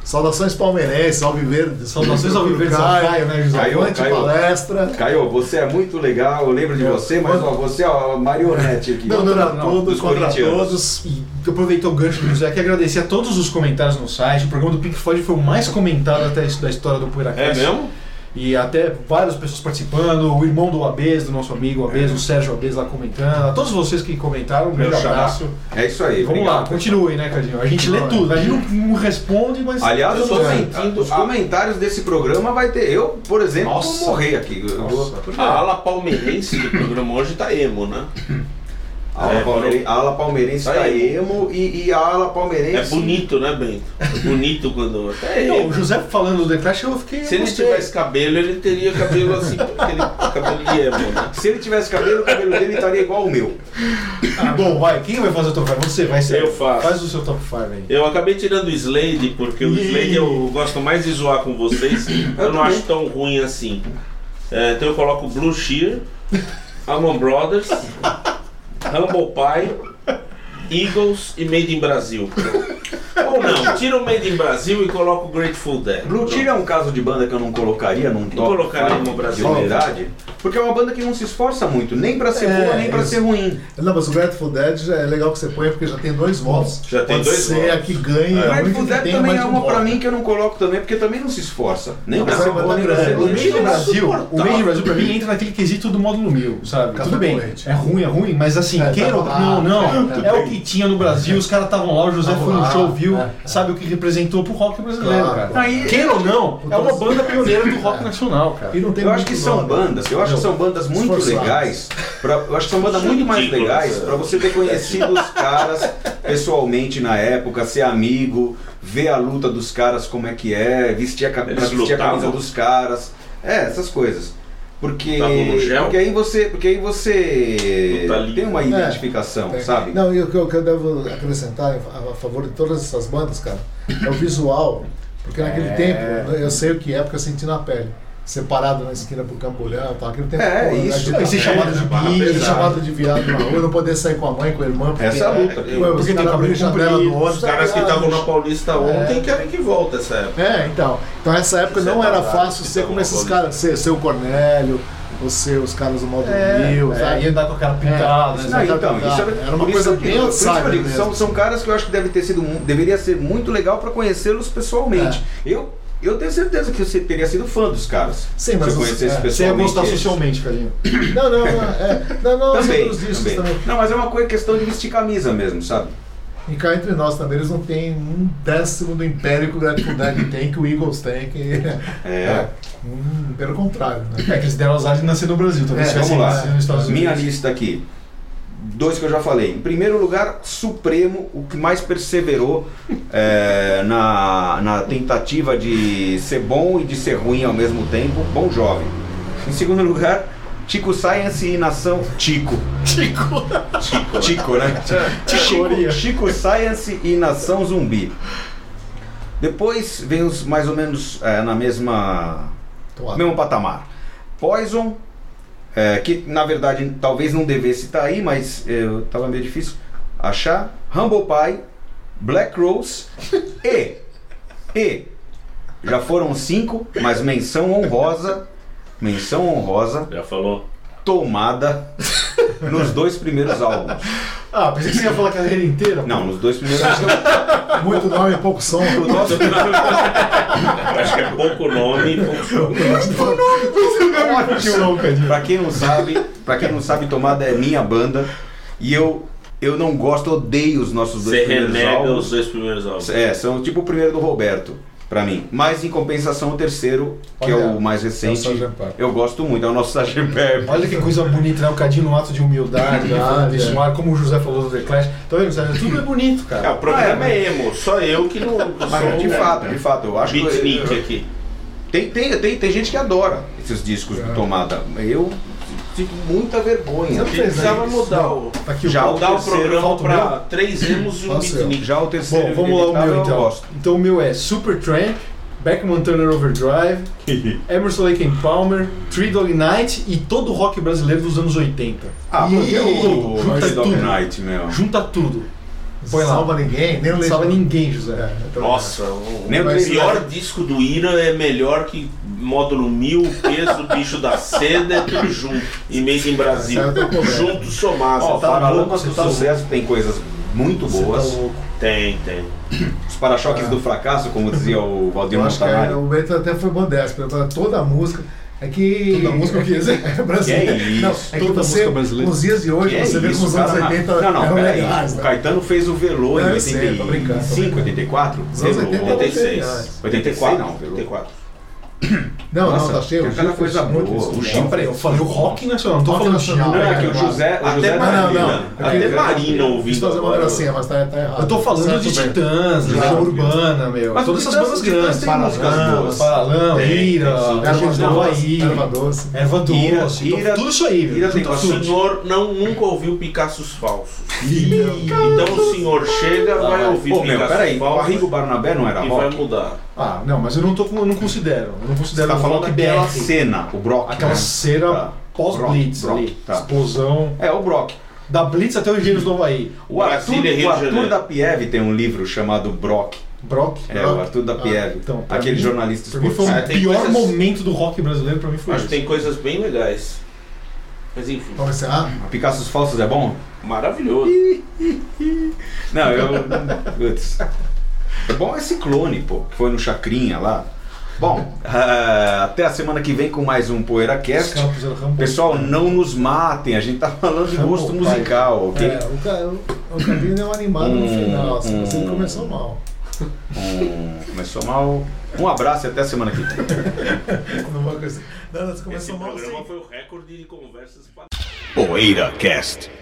Speaker 5: Saudações palmeirenses, alviverdes.
Speaker 3: Saudações ao viver de São Caio, né, José?
Speaker 2: Caio,
Speaker 5: Avante
Speaker 2: Caio.
Speaker 5: palestra.
Speaker 2: Caio, você é muito legal, eu lembro de você, mas ó, você é a marionete aqui.
Speaker 5: Não, não, não, todos
Speaker 2: dos
Speaker 5: contra
Speaker 2: corintianos.
Speaker 5: todos.
Speaker 3: E aproveitar o gancho do José aqui, agradecer a todos os comentários no site. O programa do Pink Floyd foi o mais comentado até isso da história do
Speaker 4: É
Speaker 3: Poeiracast.
Speaker 4: mesmo?
Speaker 3: E até várias pessoas participando, o irmão do Abes, do nosso amigo Abes, o Sérgio Abes lá comentando. A todos vocês que comentaram, um grande
Speaker 2: Meu xará.
Speaker 3: abraço.
Speaker 2: É isso aí,
Speaker 3: Vamos
Speaker 2: obrigado.
Speaker 3: lá, continue, né, Cadinho? A gente lê tudo, a gente não, não responde, mas.
Speaker 2: Aliás, eu
Speaker 4: Eu
Speaker 2: tô
Speaker 4: tô
Speaker 2: sentindo. Os comentários desse programa vai ter. Eu, por exemplo,
Speaker 3: Nossa.
Speaker 2: vou morrer aqui. Eu vou-
Speaker 3: Nossa.
Speaker 4: A ala palmeirense do programa hoje tá emo, né?
Speaker 2: A ala,
Speaker 4: É,
Speaker 2: palmeire- a ala palmeirense
Speaker 4: Tá
Speaker 2: tá
Speaker 4: aí.
Speaker 2: emo e, e a ala palmeirense.
Speaker 4: É bonito, né, Bento? É bonito quando. Até
Speaker 3: Não, o
Speaker 4: ele.
Speaker 3: José falando do The Clash, eu fiquei.
Speaker 4: Se ele
Speaker 3: gostei.
Speaker 4: tivesse cabelo, ele teria cabelo assim, aquele cabelo de emo, né?
Speaker 2: Se ele tivesse cabelo, o cabelo dele estaria igual ao meu.
Speaker 3: Ah, bom, vai. Quem vai fazer o top 5? Você vai ser.
Speaker 4: Eu faço.
Speaker 3: Faz o seu top 5 aí.
Speaker 4: Eu acabei tirando o Slade, porque o
Speaker 3: Ih.
Speaker 4: Slade eu gosto mais de zoar com vocês. Eu, não acho tão ruim assim. É, então eu coloco Blue Shear, Alman Brothers, Humble Pie, Eagles e Made in Brasil. Ou não, tira o Made in Brasil e coloco o Grateful Dead.
Speaker 2: Blue Tear é um caso de banda que eu não colocaria num top
Speaker 4: colocaria
Speaker 2: five
Speaker 4: no Brasil.
Speaker 2: de verdade, porque é uma banda que não se esforça muito, nem pra ser
Speaker 5: É,
Speaker 2: boa, nem pra
Speaker 5: isso.
Speaker 2: ser ruim.
Speaker 5: Não, mas o Grateful Dead já é legal que você põe porque já tem dois votos.
Speaker 4: Já tem
Speaker 5: Pode
Speaker 4: dois
Speaker 5: ser
Speaker 4: votos.
Speaker 5: a que ganha.
Speaker 2: O
Speaker 5: a única
Speaker 2: Grateful
Speaker 5: que
Speaker 2: Dead
Speaker 5: tem
Speaker 2: também
Speaker 5: mais
Speaker 2: é
Speaker 5: de um
Speaker 2: uma
Speaker 5: voto.
Speaker 2: pra mim que eu não coloco também, porque também não se esforça. Nem pra
Speaker 5: mas
Speaker 2: ser
Speaker 5: é uma
Speaker 2: boa, nem pra
Speaker 5: banda
Speaker 2: ser
Speaker 5: grande.
Speaker 3: O
Speaker 2: ruim.
Speaker 3: Made in Brasil, o Made in
Speaker 4: insuportável.
Speaker 3: Brasil pra mim entra naquele quesito do módulo mil, sabe?
Speaker 5: Café
Speaker 3: Tudo bem,
Speaker 5: com leite.
Speaker 3: é ruim, é ruim, mas assim,
Speaker 5: É,
Speaker 3: quem
Speaker 5: tá
Speaker 3: era o-
Speaker 5: lá.
Speaker 3: não, não,
Speaker 5: Tudo
Speaker 3: é, o
Speaker 5: bem.
Speaker 3: que tinha no Brasil, os caras estavam lá, o José
Speaker 5: Tava
Speaker 3: foi no
Speaker 5: lá,
Speaker 3: show, viu,
Speaker 5: é.
Speaker 3: sabe o que representou pro rock brasileiro,
Speaker 5: Claro.
Speaker 3: cara. Quem ou não, é uma banda pioneira do rock nacional, cara.
Speaker 5: E não tem
Speaker 2: Eu acho
Speaker 5: muito
Speaker 2: que são
Speaker 5: nome. né?
Speaker 2: bandas, eu acho que são bandas muito
Speaker 5: Esforçadas.
Speaker 2: legais, pra- eu acho que são bandas muito mais
Speaker 4: Ridículas,
Speaker 2: legais
Speaker 4: é.
Speaker 2: pra você ter conhecido os caras pessoalmente na época, ser amigo, ver a luta dos caras como é que é, vestir a, ca- pra
Speaker 4: Eles
Speaker 2: vestir a camisa
Speaker 4: lutavam.
Speaker 2: dos caras, é, essas coisas. Porque,
Speaker 4: Estavam no gel?
Speaker 2: porque aí você, porque aí você
Speaker 4: Luta livre.
Speaker 2: tem uma identificação,
Speaker 5: É.
Speaker 2: então, sabe?
Speaker 5: Não, e o que eu, que eu devo acrescentar a a favor de todas essas bandas, cara, é o visual. Porque naquele
Speaker 2: É.
Speaker 5: tempo, eu sei o que é, porque eu senti na pele. Separado na esquina pro Cambolhão e tal, aquele tempo. né,
Speaker 2: É, isso.
Speaker 5: agitado.
Speaker 3: Não, e ser chamado de
Speaker 5: Barra
Speaker 3: bicho,
Speaker 5: pesada. ser chamado de viado na rua, não poder sair com a mãe, com a irmã. porque-
Speaker 2: Essa é a luta.
Speaker 5: Ué, os
Speaker 3: Porque tem
Speaker 5: caras
Speaker 3: cabelo
Speaker 5: abriram janela
Speaker 3: comprido,
Speaker 5: do ônibus,
Speaker 4: Os caras que estavam na Paulista ontem querem que volte essa época.
Speaker 5: É, então. Então essa época
Speaker 4: Você
Speaker 5: não
Speaker 4: tá
Speaker 5: era
Speaker 4: bravo,
Speaker 5: fácil
Speaker 4: você
Speaker 5: ser
Speaker 4: tá
Speaker 5: como
Speaker 4: uma
Speaker 5: esses
Speaker 4: bolinha.
Speaker 5: caras, ser, ser o Cornélio, ou ser os caras do Modo Mil,
Speaker 3: É,
Speaker 5: sabe?
Speaker 3: ia andar com a cara pintada,
Speaker 5: É.
Speaker 3: né?
Speaker 2: Não, então,
Speaker 5: Era
Speaker 2: isso
Speaker 5: uma
Speaker 2: por isso
Speaker 5: coisa
Speaker 2: eu digo,
Speaker 5: bem
Speaker 2: por isso que eu
Speaker 5: outsider
Speaker 2: digo,
Speaker 5: mesmo.
Speaker 2: são, são caras que eu acho que deve ter sido, mu- deveria ser muito legal para conhecê-los pessoalmente.
Speaker 5: É.
Speaker 2: Eu, eu tenho certeza que você teria sido fã dos caras.
Speaker 5: Sim, mas
Speaker 2: se eu
Speaker 5: os-
Speaker 2: conhecesse
Speaker 5: é,
Speaker 3: Você ia
Speaker 2: pessoalmente.
Speaker 3: gostar
Speaker 2: eles.
Speaker 3: socialmente, Cadinho.
Speaker 5: Não, não, não, é, não, não,
Speaker 2: Também,
Speaker 5: outros discos
Speaker 2: também.
Speaker 5: também.
Speaker 2: Não, mas é uma coisa, questão de vestir camisa mesmo, sabe?
Speaker 5: E cá entre nós também, eles não têm um décimo do império que o Grateful Dead tem, que o Eagles tem, que...
Speaker 2: É.
Speaker 5: Hum, pelo contrário, né?
Speaker 3: É que eles deram azar de nascer no Brasil, talvez
Speaker 5: É,
Speaker 2: Vamos
Speaker 3: tivessem
Speaker 2: lá.
Speaker 3: nascido né, nos Estados Unidos.
Speaker 2: Minha lista aqui. Dois que eu já falei. Em primeiro lugar, Supremo, o que mais perseverou eh, na, na tentativa de ser bom e de ser ruim ao mesmo tempo, bom jovem. Em segundo lugar, Tico Science e Nação Tico. Tico. Tico, né? Chico, Chico Science e Nação Zumbi. Depois vem os mais ou menos eh, na mesma
Speaker 5: Toada.
Speaker 2: mesmo patamar. Poison, é, que na verdade talvez não devesse estar aí, mas eu tava meio difícil achar. Humble Pie, Black Rose e. E. Já foram cinco, mas menção honrosa. Menção honrosa,
Speaker 4: Já falou?
Speaker 2: tomada nos dois primeiros álbuns.
Speaker 3: Ah, pensei que você ia falar a carreira inteira.
Speaker 2: Não, nos dois primeiros álbuns.
Speaker 5: Muito nome e pouco som.
Speaker 2: é
Speaker 4: Acho que é pouco nome e pouco show.
Speaker 3: Não, Cadinho.
Speaker 2: Pra quem não sabe, para quem não sabe, Tomada é minha banda e eu eu não gosto, odeio os nossos dois
Speaker 4: Você
Speaker 2: primeiros
Speaker 4: renega
Speaker 2: álbuns.
Speaker 4: os dois primeiros álbuns.
Speaker 2: É, são tipo o primeiro do Roberto, pra mim. Mas em compensação, o terceiro, que é
Speaker 5: Olha,
Speaker 2: o mais
Speaker 5: é o
Speaker 2: recente,
Speaker 5: Sgt. Pepper.
Speaker 2: eu gosto muito, é o nosso Sgt. Pepper.
Speaker 3: Olha que coisa bonita, né? O Cadinho no ato de humildade, né? de falar
Speaker 5: Verdade,
Speaker 3: disso no um ar, como o José falou do The Clash. Tá vendo, Sérgio? Tudo é bonito,
Speaker 4: É,
Speaker 3: cara.
Speaker 4: o programa é, emo, só eu que não eu sou
Speaker 2: Mas de
Speaker 4: um
Speaker 2: fato, de fato, eu acho
Speaker 4: beatnik
Speaker 2: que.
Speaker 4: aqui.
Speaker 2: Tem, tem, tem, tem gente que adora esses discos de tomada. Eu sinto muita vergonha.
Speaker 5: Você não fez
Speaker 4: Precisava
Speaker 5: ainda
Speaker 4: mudar
Speaker 5: isso?
Speaker 4: o,
Speaker 5: Tá aqui o
Speaker 2: Já
Speaker 5: já.
Speaker 2: o
Speaker 4: mudar o
Speaker 2: terceiro,
Speaker 4: programa
Speaker 3: falta o
Speaker 4: pra três emos e um
Speaker 5: Nossa,
Speaker 4: beatnik.
Speaker 2: Já o terceiro.
Speaker 3: Bom, vamos lá o
Speaker 2: inevitável,
Speaker 3: meu
Speaker 2: eu
Speaker 3: então.
Speaker 2: gosto.
Speaker 3: Então o meu é Supertramp, Beckman Turner Overdrive, Emerson Lake and Palmer, Three Dog Night e todo o rock brasileiro dos anos 80.
Speaker 2: Ah, porque o
Speaker 3: Junta
Speaker 2: Hard Dog
Speaker 3: é tudo.
Speaker 2: Night, meu.
Speaker 3: Junta tudo. Põe lá.
Speaker 5: Salva ninguém, nem o
Speaker 3: Não
Speaker 5: Legião. É, então,
Speaker 3: salva ninguém, José.
Speaker 4: Nossa, o
Speaker 2: Nem o
Speaker 4: o
Speaker 2: três-
Speaker 4: pior disco do Ira é melhor que módulo mil, peso, bicho da seda, é tudo junto. E made in Brasil.
Speaker 5: Essa é eu tô com
Speaker 4: Junto somado.
Speaker 2: Ó,
Speaker 5: tá louco,
Speaker 2: Paralamas
Speaker 5: você
Speaker 2: do
Speaker 5: tá louco.
Speaker 2: Sucesso tem coisas muito boas.
Speaker 4: Tem, tem.
Speaker 2: Os para-choques do fracasso, como dizia o Valdir
Speaker 5: Eu acho que é,
Speaker 2: Montanari.
Speaker 5: o Bento até foi modesto, porque agora toda a música. É que. Toda a música que é brasileira.
Speaker 2: Que é isso,
Speaker 5: Não, é que
Speaker 3: toda a
Speaker 5: você,
Speaker 3: música brasileira.
Speaker 5: nos dias de hoje,
Speaker 2: Que
Speaker 5: você vê que os anos
Speaker 2: é cara,
Speaker 5: 80
Speaker 2: Não, não,
Speaker 5: eram
Speaker 2: peraí.
Speaker 5: legais.
Speaker 2: O
Speaker 5: né?
Speaker 2: Caetano fez o Velô em
Speaker 5: Não, eu sei, tô brincando, tô
Speaker 2: 85,
Speaker 5: brincando.
Speaker 2: 84?
Speaker 5: Os anos é um
Speaker 2: Velô.
Speaker 5: 80 eram
Speaker 4: 86.
Speaker 5: legais.
Speaker 2: 84 não, Velô.
Speaker 4: 84.
Speaker 5: Não,
Speaker 2: Nossa,
Speaker 5: não, tá cheio.
Speaker 2: tem cada coisa boa. O
Speaker 5: Não,
Speaker 2: Gil-
Speaker 5: peraí, eu falei o rock
Speaker 3: nacional, não tô
Speaker 5: Rock
Speaker 3: falando
Speaker 5: nacional.
Speaker 3: nacional.
Speaker 4: Não, é que o
Speaker 5: claro.
Speaker 4: José. O
Speaker 2: Até
Speaker 4: José
Speaker 2: Mar-
Speaker 5: não,
Speaker 4: Marina.
Speaker 5: não. Eu
Speaker 4: Até
Speaker 5: queria-
Speaker 4: Marina ouvindo.
Speaker 5: Quis fazer uma
Speaker 4: agora.
Speaker 5: gracinha, mas tá, tá errado.
Speaker 3: Eu tô falando
Speaker 5: Certo,
Speaker 3: de
Speaker 5: bem.
Speaker 3: Titãs,
Speaker 5: Já,
Speaker 3: Legião
Speaker 5: meu.
Speaker 3: Urbana, meu.
Speaker 2: Mas o
Speaker 3: Todas essas
Speaker 2: Titãs-
Speaker 3: bandas
Speaker 2: Titãs
Speaker 3: grandes.
Speaker 2: tem músicas
Speaker 3: Paralão,
Speaker 2: boas.
Speaker 3: Paralão,
Speaker 4: Tem, tem sim.
Speaker 3: Ira,
Speaker 5: Erva
Speaker 3: Agentes do Havaí,
Speaker 5: doce, erva doce.
Speaker 2: É.
Speaker 3: Erva
Speaker 2: Ira-
Speaker 3: Doce, então,
Speaker 2: Ira-
Speaker 3: tudo isso aí, meu.
Speaker 2: Ira tem
Speaker 3: Tudo
Speaker 4: O
Speaker 2: bastante.
Speaker 3: absurdo.
Speaker 4: senhor não, nunca ouviu Picassos Falsos. Então o senhor chega, vai ouvir
Speaker 2: Pô, meu,
Speaker 4: Picassos
Speaker 2: peraí, Barrigo
Speaker 4: Falsos
Speaker 2: Barnabé não era
Speaker 4: e vai
Speaker 2: rock?
Speaker 4: mudar.
Speaker 3: Ah, não, mas eu não, tô, com- eu não considero. Eu não
Speaker 2: Você
Speaker 3: considero
Speaker 2: tá
Speaker 3: um
Speaker 2: falando
Speaker 3: rock
Speaker 2: daquela
Speaker 3: BR.
Speaker 2: cena, o Brock.
Speaker 3: Aquela
Speaker 2: né?
Speaker 3: cera
Speaker 2: Tá.
Speaker 3: pós-Blitz
Speaker 2: Rock,
Speaker 3: ali.
Speaker 2: rock, tá.
Speaker 3: Explosão.
Speaker 2: É, o Brock.
Speaker 3: Da Blitz até o Engenheiros do Havaí.
Speaker 2: O Arthur,
Speaker 4: Brasília, Rio
Speaker 2: o
Speaker 4: de
Speaker 2: Arthur
Speaker 4: Janeiro.
Speaker 2: da Pieve tem um livro chamado Brock.
Speaker 3: Brock.
Speaker 2: É,
Speaker 3: Brock.
Speaker 2: o Arthur da
Speaker 3: Ah,
Speaker 2: Pieve.
Speaker 3: então, pra
Speaker 2: aquele
Speaker 3: mim-
Speaker 2: jornalista
Speaker 3: Pra mim foi
Speaker 5: um
Speaker 2: esportivo.
Speaker 3: o
Speaker 4: Ah, tem
Speaker 3: pior
Speaker 4: coisas-
Speaker 3: momento do rock brasileiro, pra mim foi
Speaker 4: Acho
Speaker 3: isso.
Speaker 4: que tem coisas bem legais. Mas enfim,
Speaker 5: Vamos encerrar?
Speaker 2: Picassos Falsos é bom?
Speaker 4: maravilhoso.
Speaker 2: Não, eu. Putz. É bom esse clone, pô, que foi no Chacrinha lá. Bom, ah, até a semana que vem com mais um
Speaker 3: Os
Speaker 2: PoeiraCast.
Speaker 3: campos eram Rambo.
Speaker 2: Pessoal, não nos matem, a gente tá falando de gosto musical, ok?
Speaker 5: É, o, ca... o o Cavini é um animado no
Speaker 2: Hum,
Speaker 5: final, assim, mas ele
Speaker 2: hum.
Speaker 5: começou mal.
Speaker 2: Hum, começou mal. Um abraço e até semana que vem.
Speaker 5: Não, vai acontecer. não, você
Speaker 4: Esse
Speaker 5: começou mal sim.
Speaker 4: programa foi o recorde de conversas
Speaker 7: Poeira Cast.